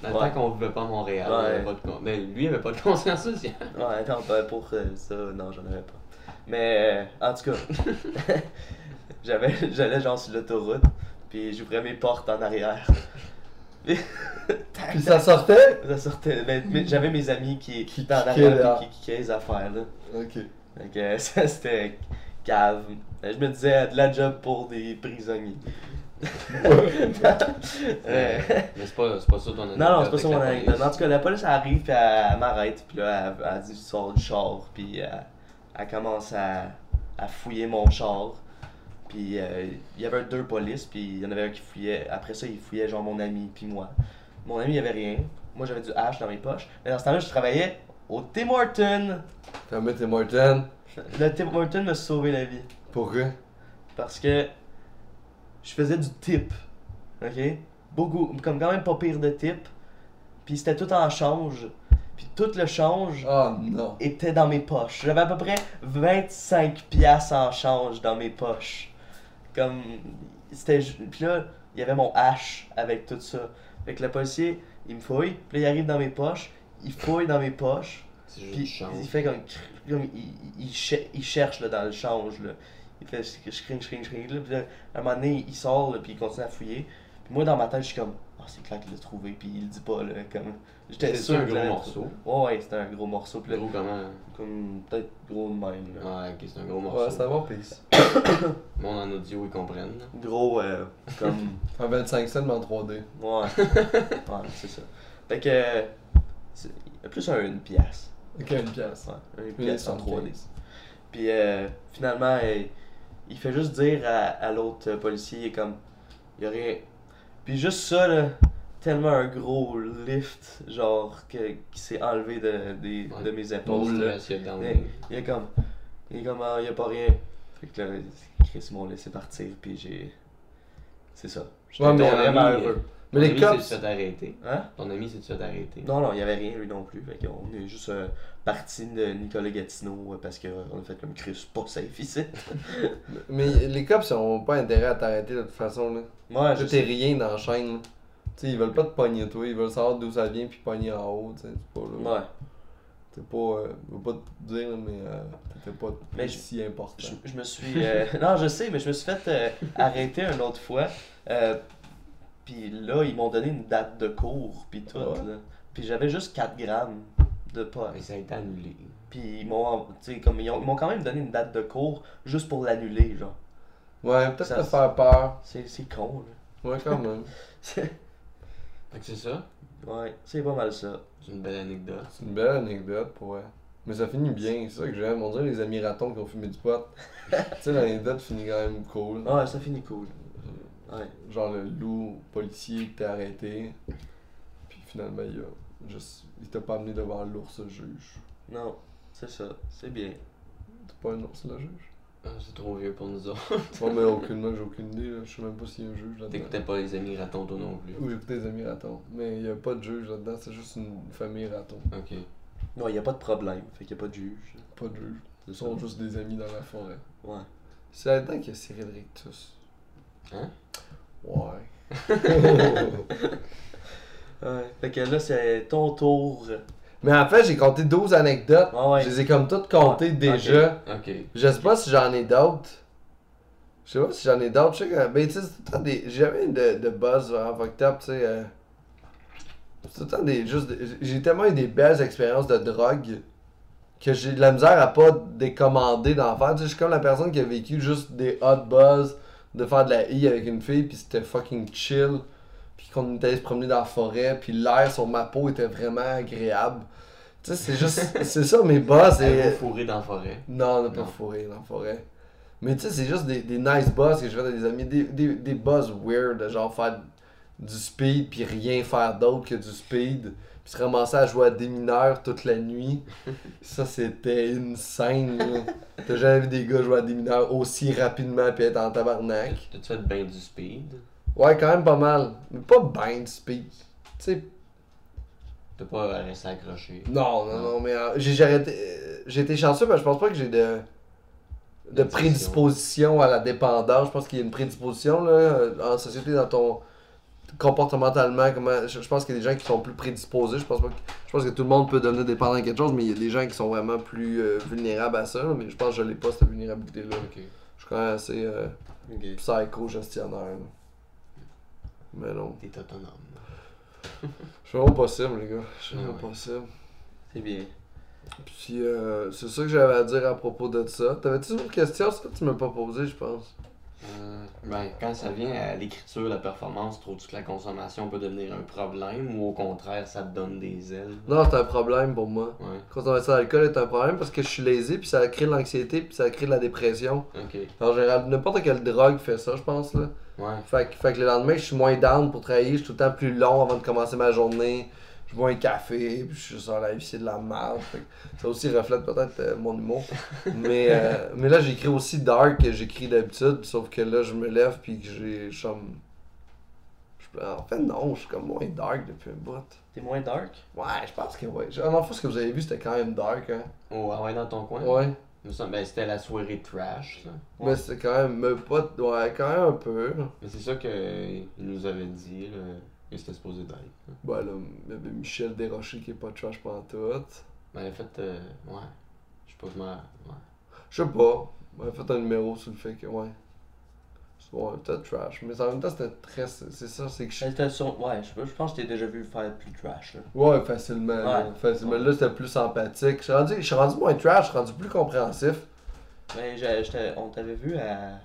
[SPEAKER 2] Dans le
[SPEAKER 3] Ouais.
[SPEAKER 2] temps qu'on vivait pas à Montréal,
[SPEAKER 3] Ouais.
[SPEAKER 2] on avait pas de con- ben, lui, il avait pas de conscience sociale.
[SPEAKER 3] ouais, non, ben, pour euh, ça, non, j'en avais pas. Mais, euh, en tout cas, j'avais, j'allais genre sur l'autoroute, puis j'ouvrais mes portes en arrière. Puis- tac,
[SPEAKER 1] Puis ça sortait?
[SPEAKER 3] Ça sortait. ben, mais J'avais mes amis qui qui étaient en
[SPEAKER 1] kickaient,
[SPEAKER 3] arrière
[SPEAKER 1] là.
[SPEAKER 3] puis qui kickaient les affaires. Là.
[SPEAKER 1] Ok.
[SPEAKER 3] Fait que ça, c'était cave. Ben, Je me disais, de la job pour des prisonniers. Euh,
[SPEAKER 2] Mais c'est pas, c'est pas ça ton anecdote.
[SPEAKER 3] non, non, c'est pas ça mon
[SPEAKER 2] avec la
[SPEAKER 3] anecdote. En
[SPEAKER 2] police.
[SPEAKER 3] tout cas, la police elle arrive, puis elle, elle m'arrête, puis là, elle, elle dit sors du char, puis elle, elle commence à, à fouiller mon char. Puis euh, il y avait deux polices, puis il y en avait un qui fouillait. Après ça, il fouillait genre mon ami, puis moi. Mon ami, il y avait rien. Moi, j'avais du hache dans mes poches. Mais dans ce temps-là, je travaillais au Tim Horton.
[SPEAKER 1] Fermez tes Morton.
[SPEAKER 3] Le Tim Horton m'a sauvé la vie.
[SPEAKER 1] Pourquoi?
[SPEAKER 3] Parce que je faisais du tip. Ok? Beaucoup, comme quand même pas pire de tip. Puis c'était tout en change. Puis tout le change
[SPEAKER 1] Oh non.
[SPEAKER 3] était dans mes poches. J'avais à peu près 25 piastres en change dans mes poches. Comme. C'était. ju- Puis là, il y avait mon hache avec tout ça. Fait que le policier, il me fouille. Puis là, il arrive dans mes poches. Il fouille dans mes poches.
[SPEAKER 2] C'est juste une
[SPEAKER 3] Puis
[SPEAKER 2] chance.
[SPEAKER 3] il fait comme, cr- comme il, il, che- il cherche là, dans le change. Là. Il fait screen, screen, screen. Là, puis là, à un moment donné, il sort là, puis il continue à fouiller. Puis moi, dans ma tête, je suis comme, oh, c'est clair qu'il l'a trouvé. Puis il le dit pas. Là, comme, j'étais
[SPEAKER 2] C'est
[SPEAKER 3] sûr
[SPEAKER 2] un
[SPEAKER 3] que
[SPEAKER 2] gros
[SPEAKER 3] l'avait
[SPEAKER 2] morceau.
[SPEAKER 3] trouvé. Ouais, ouais, c'était un gros morceau. Puis là,
[SPEAKER 2] Gros comment.
[SPEAKER 3] comme peut-être gros de même. là.
[SPEAKER 2] Ouais, ok, c'est un gros morceau.
[SPEAKER 1] Ouais, ça va, peace.
[SPEAKER 2] Le monde en audio, ils comprennent. là.
[SPEAKER 3] Gros, euh, comme.
[SPEAKER 1] Un 25 cents, mais en 3D.
[SPEAKER 3] ouais. Ouais, c'est ça. Fait que. euh, c'est- plus un, une pièce.
[SPEAKER 1] Ok, une pièce.
[SPEAKER 3] Ouais, une
[SPEAKER 1] Une
[SPEAKER 3] pièce en 3D.
[SPEAKER 1] 75.
[SPEAKER 3] Puis euh, finalement, euh, il fait juste dire à, à l'autre euh, policier, il est comme, il y a rien. Puis juste ça, là, tellement un gros lift, genre, que, qui s'est enlevé de, des-
[SPEAKER 2] Ouais.
[SPEAKER 3] de mes
[SPEAKER 2] Bon,
[SPEAKER 3] épaules. là.
[SPEAKER 2] stress, il y a dans
[SPEAKER 3] Mais il est comme, il est comme, Ah, il y a pas rien. Fait que là, Chris m'ont laissé partir, puis j'ai. C'est ça. J'étais
[SPEAKER 1] Ouais, mais
[SPEAKER 2] ton
[SPEAKER 3] vraiment
[SPEAKER 2] ami,
[SPEAKER 3] heureux.
[SPEAKER 1] Mais les
[SPEAKER 2] Ton ami,
[SPEAKER 1] cops.
[SPEAKER 2] c'est de fait arrêter.
[SPEAKER 3] Hein?
[SPEAKER 2] Ton ami, c'est de fait arrêter.
[SPEAKER 3] Non, non, il n'y avait rien, lui non plus. Fait qu'on est juste euh, parti de Nicolas Gatineau euh, parce qu'on a fait comme Chris, pas safe ici.
[SPEAKER 1] Mais les cops ils ont pas intérêt à t'arrêter de toute façon là.
[SPEAKER 3] Moi,
[SPEAKER 1] Là,
[SPEAKER 3] Ah, je
[SPEAKER 1] t'es rien dans la chaîne. là. Tu sais, ils veulent pas te pogner, toi. Ils veulent savoir d'où ça vient, puis pogner en haut, tu sais. C'est pas là.
[SPEAKER 3] Ouais.
[SPEAKER 1] T'es pas. euh, je veux pas te dire, mais euh, t'étais pas
[SPEAKER 3] Mais je-
[SPEAKER 1] si important.
[SPEAKER 3] Je, je me suis. euh, non, je sais, mais je me suis fait euh, arrêter une autre fois. Euh, puis là, ils m'ont donné une date de cours, puis tout.
[SPEAKER 1] Ah ouais?
[SPEAKER 3] là. Puis j'avais juste 4 grammes de pot.
[SPEAKER 2] Mais ça a été annulé.
[SPEAKER 3] Puis ils m'ont, tu sais, comme ils ont- ils m'ont quand même donné une date de cours juste pour l'annuler, genre.
[SPEAKER 1] Ouais, peut-être
[SPEAKER 3] Ça,
[SPEAKER 1] te
[SPEAKER 3] c'est-
[SPEAKER 1] faire peur.
[SPEAKER 3] C'est, c'est con, là.
[SPEAKER 1] Ouais, quand même.
[SPEAKER 3] C'est-
[SPEAKER 2] Fait que c'est ça.
[SPEAKER 3] ouais, c'est pas mal ça.
[SPEAKER 2] C'est une belle anecdote.
[SPEAKER 1] C'est une belle anecdote, pour elle. Mais ça finit bien, c'est ça que j'aime. On dirait les amis ratons qui ont fumé du pot. tu sais, l'anecdote finit quand même cool.
[SPEAKER 3] Ouais, ça finit cool. Ouais.
[SPEAKER 1] Genre le loup policier qui t'a arrêté. Puis finalement, il a juste. Il t'a pas amené devant l'ours juge.
[SPEAKER 3] Non, c'est ça. C'est bien.
[SPEAKER 1] T'es pas un ours le juge?
[SPEAKER 2] Ah, c'est trop vieux pour nous autres.
[SPEAKER 1] Ouais, mais aucunement, j'ai aucune idée, là. Je sais même pas s'il y a un juge là-dedans.
[SPEAKER 2] T'écoutais pas les amis ratons, toi non plus.
[SPEAKER 1] Ou j'écoutais des amis ratons. Mais il y a pas de juge là-dedans, c'est juste une famille raton.
[SPEAKER 2] Ok.
[SPEAKER 3] Non, il a pas de problème. Fait qu'il n'y a pas de juge.
[SPEAKER 1] Pas de juge.
[SPEAKER 3] C'est
[SPEAKER 1] Ils sont juste des amis dans la forêt.
[SPEAKER 3] Ouais.
[SPEAKER 1] C'est là-dedans qu'il y a Cyril Rictus.
[SPEAKER 2] Hein?
[SPEAKER 1] Ouais.
[SPEAKER 3] Ouais. Fait que là, c'est ton tour.
[SPEAKER 1] mais en fait, j'ai compté 12 anecdotes.
[SPEAKER 3] Ouais, Ah ouais.
[SPEAKER 1] Je les ai comme toutes comptées déjà.
[SPEAKER 2] Ok.
[SPEAKER 1] Je sais pas si j'en ai d'autres. Je sais pas si j'en ai d'autres. Je sais que. Ben, tu sais, c'est tout le temps des. J'ai jamais eu de, de buzz en fucked up, tu sais. euh, C'est tout le temps des. Juste. des- J'ai tellement eu des belles expériences de drogue que j'ai de la misère à pas décommander d'en faire. Tu sais, je suis comme la personne qui a vécu juste des hot buzz, de faire de la I avec une fille, puis c'était fucking chill. Puis qu'on était allé se promener dans la forêt, puis l'air sur ma peau était vraiment agréable. Tu sais, c'est juste. c'est ça mes buzz. et-
[SPEAKER 2] C'est fourré dans la forêt.
[SPEAKER 1] non, on n'a pas
[SPEAKER 2] Non.
[SPEAKER 1] fourré dans la forêt. Mais tu sais, c'est juste des, des nice buzz que je fais avec des amis. Des, des, des buzz weird, de genre faire du speed puis rien faire d'autre que du speed. Puis se ramasser à jouer à des mineurs toute la nuit. Ça, c'était une scène. là. T'as jamais vu des gars jouer à des mineurs aussi rapidement puis être en tabarnak.
[SPEAKER 2] T'as-tu fait bien du speed?
[SPEAKER 1] Ouais, quand même pas mal. Mais pas ben du speed. Tu sais,
[SPEAKER 2] T'as pas resté accroché.
[SPEAKER 1] Non,
[SPEAKER 2] Ah.
[SPEAKER 1] non, non, mais euh, j'ai j'ai arrêté- euh, j'ai été chanceux, mais je pense pas que j'ai de, de
[SPEAKER 2] D'addiction.
[SPEAKER 1] prédisposition à la dépendance. Je pense qu'il y a une prédisposition là, euh, en société dans ton comportementalement. Comment, je, je pense qu'il y a des gens qui sont plus prédisposés. Je pense, pas que, je pense que tout le monde peut devenir dépendant de quelque chose, mais il y a des gens qui sont vraiment plus euh, vulnérables à ça. là, mais je pense que je l'ai pas, cette vulnérabilité-là.
[SPEAKER 2] Ok.
[SPEAKER 1] Je suis quand même assez euh,
[SPEAKER 3] Ok.
[SPEAKER 1] psycho-gestionnaire. là. Mais non.
[SPEAKER 2] T'es autonome.
[SPEAKER 1] Je suis vraiment possible, les gars. Je suis
[SPEAKER 2] Ah
[SPEAKER 1] vraiment
[SPEAKER 2] ouais.
[SPEAKER 1] possible.
[SPEAKER 3] C'est bien.
[SPEAKER 1] Puis euh, c'est ça que j'avais à dire à propos de ça. T'avais-tu une autre question? Ça, tu m'as pas posé, je pense.
[SPEAKER 2] Euh, ben, quand ça vient à l'écriture, la performance, trouves-tu que la consommation peut devenir un problème ou au contraire, ça te donne des ailes?
[SPEAKER 1] Non, c'est un problème pour moi.
[SPEAKER 2] Ouais,
[SPEAKER 1] Consommation d'alcool est un problème parce que je suis lazy, puis ça crée de l'anxiété, puis ça crée de la dépression.
[SPEAKER 2] ok.
[SPEAKER 1] En général, n'importe quelle drogue fait ça, je pense. Là.
[SPEAKER 2] Ouais,
[SPEAKER 1] Fait, que- fait que le lendemain, je suis moins down pour travailler, je suis tout le temps plus long avant de commencer ma journée. Je bois un café, puis je suis sur la vie, c'est de la merde. Fait que Ça aussi reflète peut-être euh, mon humour. Mais, euh, mais là, j'écris aussi dark que j'écris d'habitude, sauf que là, je me lève, puis que j'ai. Je suis comme. je- En fait, non, je suis comme moins dark depuis un bout.
[SPEAKER 3] T'es moins dark?
[SPEAKER 1] Ouais, je pense que ouais. En fait, ce que vous avez vu, c'était quand même dark, hein.
[SPEAKER 2] oh, ah ouais, dans ton coin?
[SPEAKER 1] Ouais.
[SPEAKER 2] Nous sommes- ben, c'était la soirée trash, là.
[SPEAKER 1] Mais c'était quand même. mais pas- Ouais, quand même un peu.
[SPEAKER 2] Mais c'est ça qu'il nous avait dit, là, que c'était supposé d'être.
[SPEAKER 1] Bah là, il y avait Michel Desrochers qui est pas trash pendant tout.
[SPEAKER 2] Ben, en fait, euh, ouais. Je sais pas comment. Ouais.
[SPEAKER 1] Je sais pas. On a fait un numéro sur le fait que, ouais. Ouais, peut-être trash. Mais en même temps, c'était très. C'est c'est ça, c'est que je.
[SPEAKER 3] Elle était sur- Ouais, je, sais pas, je pense que t'es déjà vu faire plus trash, là.
[SPEAKER 1] Ouais, facilement. là. facilement. Là, c'était plus empathique. Je suis, rendu, je suis rendu moins trash, je suis rendu plus compréhensif.
[SPEAKER 3] Mais j'ai- j'étais- on t'avait vu à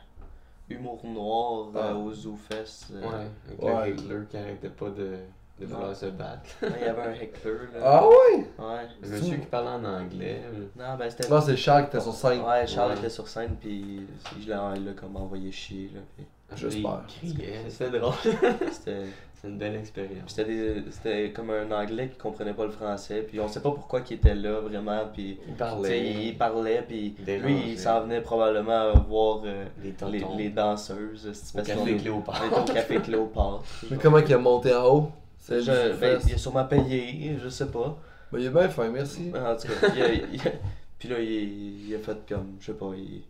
[SPEAKER 3] Humour Noir
[SPEAKER 1] Ah.
[SPEAKER 3] euh, au Zoo Fest. euh,
[SPEAKER 2] Ouais, avec
[SPEAKER 1] Ouais.
[SPEAKER 2] le Hitler qui arrêtait pas de, de
[SPEAKER 3] Non.
[SPEAKER 2] vouloir se battre.
[SPEAKER 3] ouais, Il y avait un heckler, là.
[SPEAKER 1] Ah ouais!
[SPEAKER 3] Ouais.
[SPEAKER 2] Le monsieur qui parlait en anglais, euh, là.
[SPEAKER 3] Non, ben c'était.
[SPEAKER 1] Non, c'est Charles qui était sur 5.
[SPEAKER 3] Ouais, Charles
[SPEAKER 2] Ouais.
[SPEAKER 3] était sur scène, puis je l'ai il l'a comme envoyé chier, là. puis
[SPEAKER 1] J'espère.
[SPEAKER 2] Il criait, C'était drôle.
[SPEAKER 3] C'était
[SPEAKER 2] C'est une belle expérience.
[SPEAKER 3] c'était des- c'était comme un anglais qui comprenait pas le français, puis on sait pas pourquoi qu'il était là, vraiment, puis.
[SPEAKER 2] Il
[SPEAKER 3] tu sais,
[SPEAKER 2] parlait.
[SPEAKER 3] il parlait, puis lui,
[SPEAKER 2] Dérangeait.
[SPEAKER 3] il s'en venait probablement voir euh,
[SPEAKER 2] Les
[SPEAKER 3] les,
[SPEAKER 2] tontons.
[SPEAKER 3] les danseuses. euh, c'est
[SPEAKER 2] Au
[SPEAKER 3] parce
[SPEAKER 2] café
[SPEAKER 3] qu'on est- on était
[SPEAKER 2] Cléopâtre.
[SPEAKER 3] au café Cléopâtre.
[SPEAKER 1] Mais comment il a monté en haut? C'est juste.
[SPEAKER 3] Je, ben, il a
[SPEAKER 1] Ben,
[SPEAKER 3] sûrement payé, je sais pas.
[SPEAKER 1] il est bien fin, merci.
[SPEAKER 3] Mais En tout cas, il a, il a- puis là, il, il a fait comme, je sais pas, il,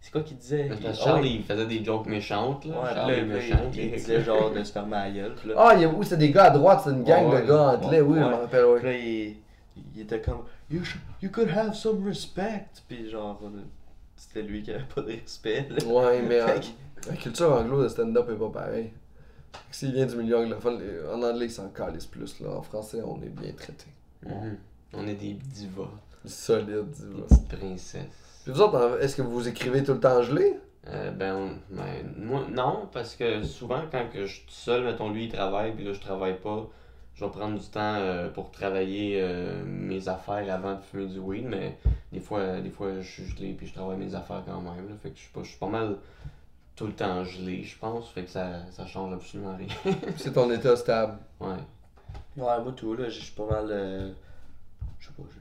[SPEAKER 3] C'est quoi qu'il disait
[SPEAKER 2] Parce
[SPEAKER 3] Il-
[SPEAKER 2] que Charles,
[SPEAKER 3] ouais.
[SPEAKER 2] il faisait des jokes méchantes, là.
[SPEAKER 3] Ouais, puis
[SPEAKER 2] Charles
[SPEAKER 3] là,
[SPEAKER 2] est
[SPEAKER 3] il-
[SPEAKER 2] méchant.
[SPEAKER 3] il disait genre de se fermer la gueule. Puis là,
[SPEAKER 1] Ah, il y a- oui, c'est des gars à droite, c'est une gang
[SPEAKER 2] Ouais, ouais.
[SPEAKER 1] de gars anglais, oui, je
[SPEAKER 3] Ouais.
[SPEAKER 1] me rappelle,
[SPEAKER 3] Puis
[SPEAKER 1] oui.
[SPEAKER 3] là, il, il était comme you, should- you could have some respect. Puis genre, euh, c'était lui qui avait pas de respect. là.
[SPEAKER 1] Ouais, mais euh,
[SPEAKER 3] Fait que-
[SPEAKER 1] la culture anglo de stand-up est pas pareille. S'il vient du milieu anglophone, les- en anglais, ils s'en calissent plus, là. En français, on est bien traité.
[SPEAKER 2] Mhm. On est des divas,
[SPEAKER 1] Solide, dis
[SPEAKER 2] des petites princesses.
[SPEAKER 1] Puis vous autres, en- est-ce que vous écrivez tout le temps gelé?
[SPEAKER 2] Euh, ben, on- ben, moi, non, parce que souvent, quand que je suis tout seul, mettons, lui, il travaille, puis là, je travaille pas, je vais prendre du temps euh, pour travailler euh, mes affaires avant de fumer du weed, mais des fois, euh, des fois je suis gelé, puis je travaille mes affaires quand même, là, fait que je suis pas, je suis pas mal tout le temps gelé, je pense, fait que ça, ça change absolument rien.
[SPEAKER 1] C'est ton état stable.
[SPEAKER 2] ouais.
[SPEAKER 3] Ouais, moi tout, là, je suis pas mal. euh, je sais pas, je.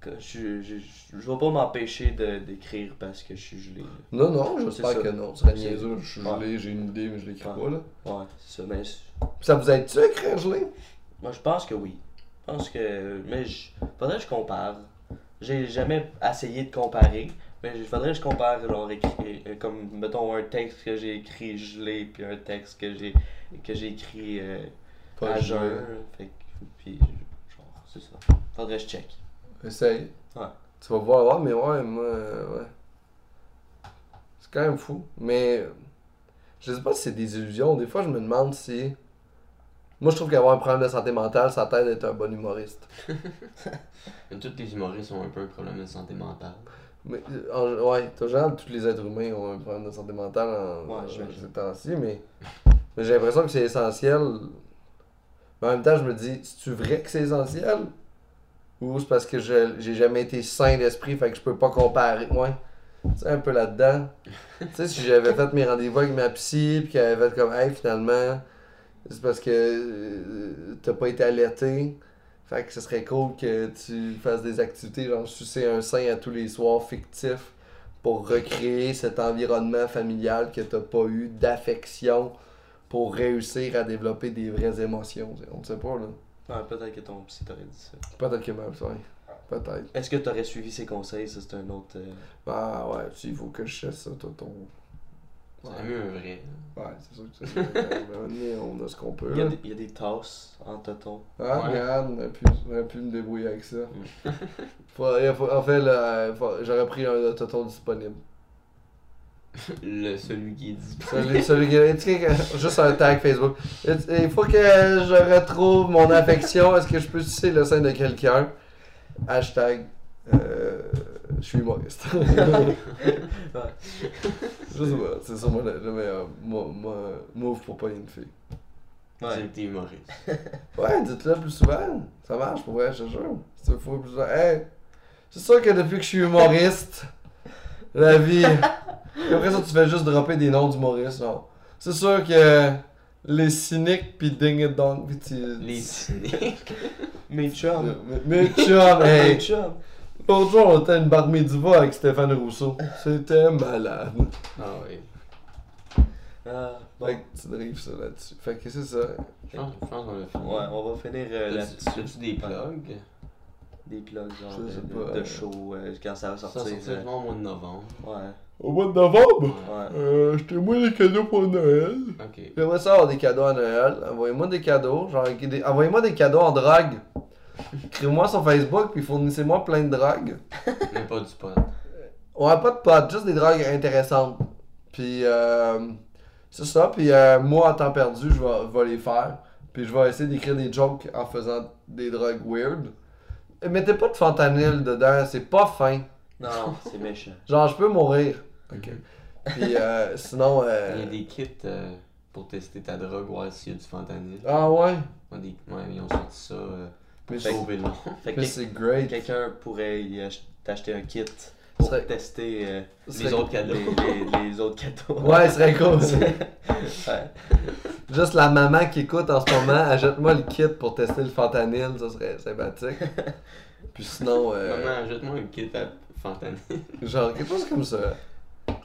[SPEAKER 3] que- Je, je, je, je vais pas m'empêcher de- d'écrire parce que je suis gelé. là.
[SPEAKER 1] Non, non, j'espère
[SPEAKER 3] C'est ça.
[SPEAKER 1] que non. Ce serait
[SPEAKER 3] C'est-
[SPEAKER 1] niaiseux. Je suis
[SPEAKER 3] Ouais.
[SPEAKER 1] gelé, j'ai une idée, mais je l'écris
[SPEAKER 3] Ouais.
[SPEAKER 1] pas, là.
[SPEAKER 3] Ouais, c'est ça. Mais c'est-
[SPEAKER 1] Puis ça vous aide-tu à écrire gelé?
[SPEAKER 3] moi, je pense que oui. Je pense que. Mais je, faudrait que je compare. J'ai jamais essayé de comparer. Mais je- faudrait que je compare, genre, écrit, euh, comme, mettons, un texte que j'ai écrit gelé, puis un texte que j'ai que j'ai écrit euh, à
[SPEAKER 1] gelé.
[SPEAKER 3] jeun. Fait que- puis, genre, c'est ça. Faudrait que je check.
[SPEAKER 1] Essaye.
[SPEAKER 3] Ouais.
[SPEAKER 1] Tu vas voir, ouais, mais ouais, moi, euh, ouais. C'est quand même fou. Mais euh, je sais pas si c'est des illusions. Des fois, je me demande si. Moi, je trouve qu'avoir un problème de santé mentale, ça t'aide à être un bon humoriste.
[SPEAKER 2] Mais tous les humoristes ont un peu un problème de santé mentale.
[SPEAKER 1] Mais, euh, en- ouais, en général, tous les êtres humains ont un problème de santé mentale en,
[SPEAKER 3] Ouais,
[SPEAKER 1] en-
[SPEAKER 3] j'imagine.
[SPEAKER 1] ces temps-ci, mais, mais j'ai l'impression que c'est essentiel. Mais en même temps, je me dis, c'est-tu vrai que c'est essentiel? Ou c'est parce que je- j'ai jamais été sain d'esprit, fait que je peux pas comparer. Ouais. C'est un peu là-dedans. tu sais, si j'avais fait mes rendez-vous avec ma psy, puis qu'elle avait fait comme, hey, finalement, c'est parce que euh, t'as pas été alerté. Fait que ce serait cool que tu fasses des activités, genre sucer un sein à tous les soirs fictifs pour recréer cet environnement familial que t'as pas eu d'affection pour réussir à développer des vraies émotions. On ne sait pas, là.
[SPEAKER 3] Ouais, peut-être que ton psy t'aurait dit ça.
[SPEAKER 1] Peut-être que même, ouais. Peut-être.
[SPEAKER 3] Est-ce que t'aurais suivi ses conseils? Ça, c'est un autre. euh,
[SPEAKER 1] Ah ouais, tu il faut que je cherche ça, toi, ton.
[SPEAKER 2] C'est
[SPEAKER 1] Ouais,
[SPEAKER 2] mieux un vrai.
[SPEAKER 1] ouais, c'est sûr que ça. Mais on a ce qu'on peut.
[SPEAKER 3] Il y, a
[SPEAKER 1] là.
[SPEAKER 3] des, il y a des tasses en toton.
[SPEAKER 1] Ah,
[SPEAKER 2] Ouais.
[SPEAKER 1] regarde, on aurait pu- on aurait pu me débrouiller avec ça.
[SPEAKER 3] Mm.
[SPEAKER 1] Faudrait- faut- en fait, là, faut- j'aurais pris un autoton disponible.
[SPEAKER 2] Le, celui qui est dit.
[SPEAKER 1] Celui, celui qui- est-ce que- juste un tag Facebook. Est-ce- Il faut que je retrouve mon affection. Est-ce que je peux sucer le sein de quelqu'un? Hashtag. euh, je suis humoriste. Je sais pas, c'est sûrement le, le meilleur mo- mo- move pour pas une fille.
[SPEAKER 2] C'est que t'es humoriste.
[SPEAKER 1] Ouais, dites-le plus souvent. Ça marche pour vrai, je te jure. C'est une fois plus souvent. Hey, c'est sûr que depuis que je suis humoriste, la vie. Après ça, tu fais juste dropper des noms d'humoristes, genre. C'est sûr que les cyniques pis ding et dong pis tu.
[SPEAKER 2] Les cyniques.
[SPEAKER 3] Mes chums.
[SPEAKER 1] Mais- Mais chum,
[SPEAKER 3] Mes
[SPEAKER 1] hey!
[SPEAKER 3] chums.
[SPEAKER 1] L'autre jour, on était à une bar mitzvah avec Stéphane Rousseau. C'était malade.
[SPEAKER 2] Ah oui.
[SPEAKER 3] Ah, bon.
[SPEAKER 1] Fait que tu drives ça là-dessus. Fait que c'est ça.
[SPEAKER 2] Je pense, je pense qu'on a fini.
[SPEAKER 3] Ouais, on va finir euh,
[SPEAKER 2] As-tu
[SPEAKER 3] là-dessus.
[SPEAKER 2] as-tu des plugs?
[SPEAKER 3] Des plugs genre
[SPEAKER 1] Je
[SPEAKER 3] de,
[SPEAKER 1] sais
[SPEAKER 3] de-
[SPEAKER 1] pas,
[SPEAKER 3] de
[SPEAKER 1] euh,
[SPEAKER 3] show euh, quand ça va
[SPEAKER 2] Ça
[SPEAKER 3] sortir.
[SPEAKER 2] sortir
[SPEAKER 3] euh,
[SPEAKER 2] sûrement au mois de novembre.
[SPEAKER 3] ouais,
[SPEAKER 1] Au mois de novembre,
[SPEAKER 3] ouais.
[SPEAKER 1] euh, je t'ai mis des cadeaux pour Noël.
[SPEAKER 2] Ok.
[SPEAKER 1] J'aimerais ça avoir des cadeaux à Noël. Envoyez-moi des cadeaux. Genre, des- Envoyez-moi des cadeaux en drague. Écrivez-moi sur Facebook puis fournissez-moi plein de dragues.
[SPEAKER 2] Mais pas du pot.
[SPEAKER 1] On a pas de potes, juste des dragues intéressantes. Puis euh, c'est ça. Puis euh, moi, en temps perdu, je vais, je vais les faire. Puis je vais essayer d'écrire des jokes en faisant des drogues weird. Et mettez pas de fentanyl dedans, c'est pas fin.
[SPEAKER 3] Non, c'est méchant.
[SPEAKER 1] Genre, je peux mourir. Ok. Puis euh, sinon.
[SPEAKER 2] Il y a
[SPEAKER 1] euh,
[SPEAKER 2] des kits euh, pour tester ta drogue, voir s'il y a du fentanyl.
[SPEAKER 1] Ah ouais?
[SPEAKER 2] Ouais, des- ouais, ils ont sorti ça euh,
[SPEAKER 1] Mais
[SPEAKER 2] pour
[SPEAKER 1] c'est-
[SPEAKER 2] sauver le monde.
[SPEAKER 3] Fait que
[SPEAKER 1] Mais
[SPEAKER 3] quel-
[SPEAKER 1] c'est great.
[SPEAKER 3] quelqu'un pourrait y ach- t'acheter un kit pour
[SPEAKER 1] Serait-
[SPEAKER 3] tester euh,
[SPEAKER 1] serait-
[SPEAKER 2] Les autres
[SPEAKER 3] les,
[SPEAKER 2] cadeaux.
[SPEAKER 3] les- les autres cadeaux.
[SPEAKER 1] Ouais, ce serait cool.
[SPEAKER 3] Ouais.
[SPEAKER 1] Juste la maman qui écoute en ce moment, achète-moi le kit pour tester le fentanyl, ça serait sympathique. Puis sinon, euh,
[SPEAKER 2] Maman, jette-moi un kit à fentanyl.
[SPEAKER 1] genre quelque chose comme ça.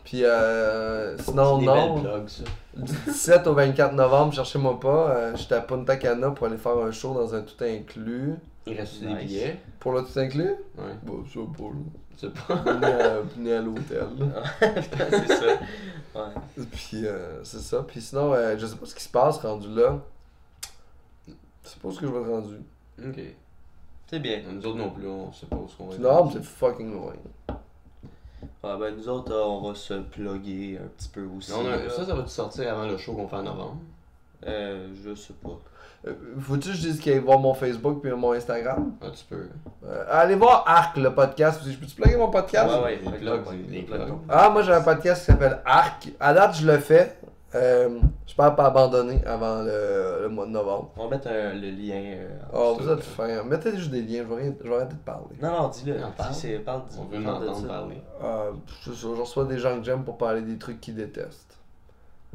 [SPEAKER 1] Puis euh, sinon,
[SPEAKER 2] des belles
[SPEAKER 1] non.
[SPEAKER 2] plugs, ça.
[SPEAKER 1] Du 17 au 24 novembre, cherchez-moi pas. euh, J'étais à Punta Cana pour aller faire un show dans un tout inclus.
[SPEAKER 2] Il reste des
[SPEAKER 3] Nice.
[SPEAKER 2] billets.
[SPEAKER 1] Pour le tout inclus?
[SPEAKER 2] Ouais.
[SPEAKER 1] Bah, je sais pas. là.
[SPEAKER 2] C'est pas.
[SPEAKER 1] Venez à- Venez à l'hôtel. là.
[SPEAKER 3] c'est ça. Ouais.
[SPEAKER 1] Puis euh, c'est ça. Puis sinon, euh, je sais pas ce qui se passe rendu là. C'est pas ce que je vais être rendu.
[SPEAKER 2] Ok.
[SPEAKER 3] C'est bien.
[SPEAKER 2] Nous autres non plus, on sait pas où ce qu'on va
[SPEAKER 1] C'est énorme, c'est fucking loin.
[SPEAKER 3] Ouais, ben nous autres, euh, on va se plugger un petit peu aussi.
[SPEAKER 2] Non, on a-
[SPEAKER 3] là.
[SPEAKER 2] Ça, ça va-tu sortir avant le show qu'on fait en novembre?
[SPEAKER 3] Euh, je sais pas.
[SPEAKER 1] Euh, Faut-tu que je dise qu'il aille voir mon Facebook puis mon Instagram?
[SPEAKER 2] Ah, tu peux.
[SPEAKER 1] Euh, allez voir Arc, le podcast. Parce que je peux-tu plugger mon podcast?
[SPEAKER 3] Ouais, ouais,
[SPEAKER 2] Les
[SPEAKER 3] plug,
[SPEAKER 2] plugs,
[SPEAKER 3] plug,
[SPEAKER 2] les
[SPEAKER 3] plug.
[SPEAKER 2] plugs.
[SPEAKER 1] Ah, moi j'ai un podcast qui s'appelle Arc. À date, je le fais. Euh, J'espère pas abandonner avant le, le mois de novembre.
[SPEAKER 3] On va mettre un- le lien. euh, en
[SPEAKER 1] Oh,
[SPEAKER 3] dessous.
[SPEAKER 1] vous êtes fins. Mettez juste des liens, je vais, rien- je vais arrêter de parler.
[SPEAKER 3] Non, non, dis-le.
[SPEAKER 2] On
[SPEAKER 3] Dis,
[SPEAKER 2] Ah, parle.
[SPEAKER 3] c'est- parle, dis,
[SPEAKER 2] On veut
[SPEAKER 3] parle de
[SPEAKER 2] m'entendre
[SPEAKER 3] ça.
[SPEAKER 2] parler.
[SPEAKER 1] Euh, c'est ça, je reçois des gens que j'aime pour parler des trucs qu'ils détestent.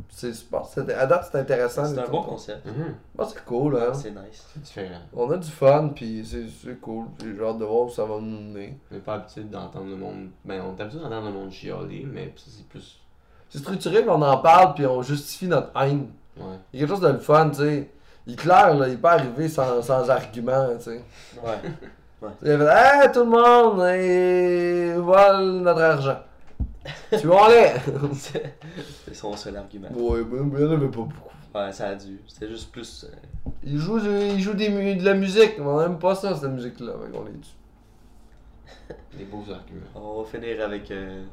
[SPEAKER 1] C'est super. C'était- À date, c'est intéressant.
[SPEAKER 3] C'est
[SPEAKER 1] les
[SPEAKER 3] un
[SPEAKER 1] trucs.
[SPEAKER 3] bon concept.
[SPEAKER 2] Mhm.
[SPEAKER 1] Ah, c'est cool, hein.
[SPEAKER 3] C'est nice.
[SPEAKER 2] C'est différent.
[SPEAKER 1] On a du fun, puis c'est c'est cool. Puis j'ai hâte de voir où ça va nous mener.
[SPEAKER 2] On n'est pas habitué d'entendre le monde. Ben, on est habitué d'entendre le monde chialer, mais ça, c'est plus.
[SPEAKER 1] C'est structuré, puis on en parle, puis on justifie notre haine.
[SPEAKER 2] Ouais.
[SPEAKER 1] Il y a quelque chose de le fun, tu sais. Il est clair, là, il est pas arrivé sans, sans argument, tu sais.
[SPEAKER 3] Ouais.
[SPEAKER 1] Il a fait Hey tout le monde, ils volent notre argent. tu vois les
[SPEAKER 3] c'est c'est son seul argument.
[SPEAKER 1] Ouais, ben, ben, il y en avait pas beaucoup.
[SPEAKER 3] Ouais, ça a dû. C'était juste plus. euh,
[SPEAKER 1] Ils jouent, du- ils jouent des, mu- de la musique, mais on aime pas ça, cette musique-là, fait qu'on les tue.
[SPEAKER 2] Des beaux arguments.
[SPEAKER 3] On va finir avec euh,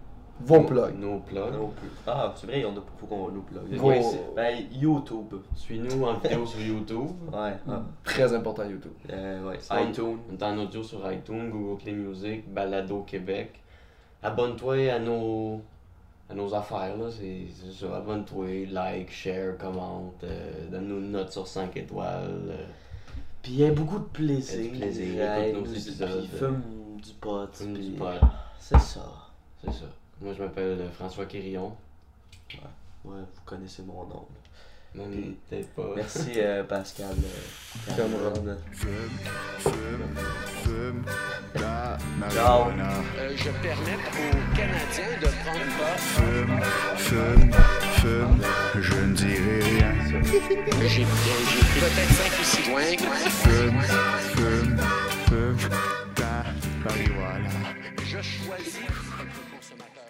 [SPEAKER 1] Vos
[SPEAKER 2] Nos-
[SPEAKER 1] plugs.
[SPEAKER 2] Nos plugs.
[SPEAKER 3] nos plugs. Ah, c'est vrai, on a pas beaucoup qu'on nous plug.
[SPEAKER 2] Vos-
[SPEAKER 1] Vos-
[SPEAKER 3] Ben, YouTube.
[SPEAKER 2] Suis-nous en vidéo sur YouTube.
[SPEAKER 3] Ouais, ah,
[SPEAKER 1] Très important, YouTube.
[SPEAKER 3] euh, ouais.
[SPEAKER 2] Ça, on-
[SPEAKER 3] iTunes.
[SPEAKER 2] On est en audio sur iTunes, Google Play Music, Balado Québec. Abonne-toi à nos, à nos affaires, là. C'est c'est ça. Abonne-toi, like, share, commente, euh, donne-nous une note sur 5 étoiles. euh,
[SPEAKER 3] Puis il y a beaucoup de plaisir.
[SPEAKER 2] Il y a du plaisir, il y a
[SPEAKER 3] Hey,
[SPEAKER 2] tous nos
[SPEAKER 3] nous-
[SPEAKER 2] épisodes.
[SPEAKER 3] Puis euh, fume du pot.
[SPEAKER 2] fume du
[SPEAKER 3] puis-
[SPEAKER 2] pot.
[SPEAKER 3] C'est ça.
[SPEAKER 2] C'est ça. Moi, je m'appelle euh, François Quérillon.
[SPEAKER 3] Ouais, vous connaissez mon nom. là.
[SPEAKER 2] Même peut-être pas.
[SPEAKER 3] Merci euh, Pascal. euh,
[SPEAKER 1] Cameron.
[SPEAKER 3] Cameron.
[SPEAKER 4] Fume, fume, fume, la
[SPEAKER 3] Ciao.
[SPEAKER 4] marijuana.
[SPEAKER 5] Euh, je permette aux Canadiens de prendre part.
[SPEAKER 4] Fume, fume, fume, je ne dirai rien.
[SPEAKER 5] J'ai j'ai- j'ai peut-être 5 ou 6
[SPEAKER 4] Fume, fume, fume, ta marijuana.
[SPEAKER 5] Je choisis en tant que consommateur.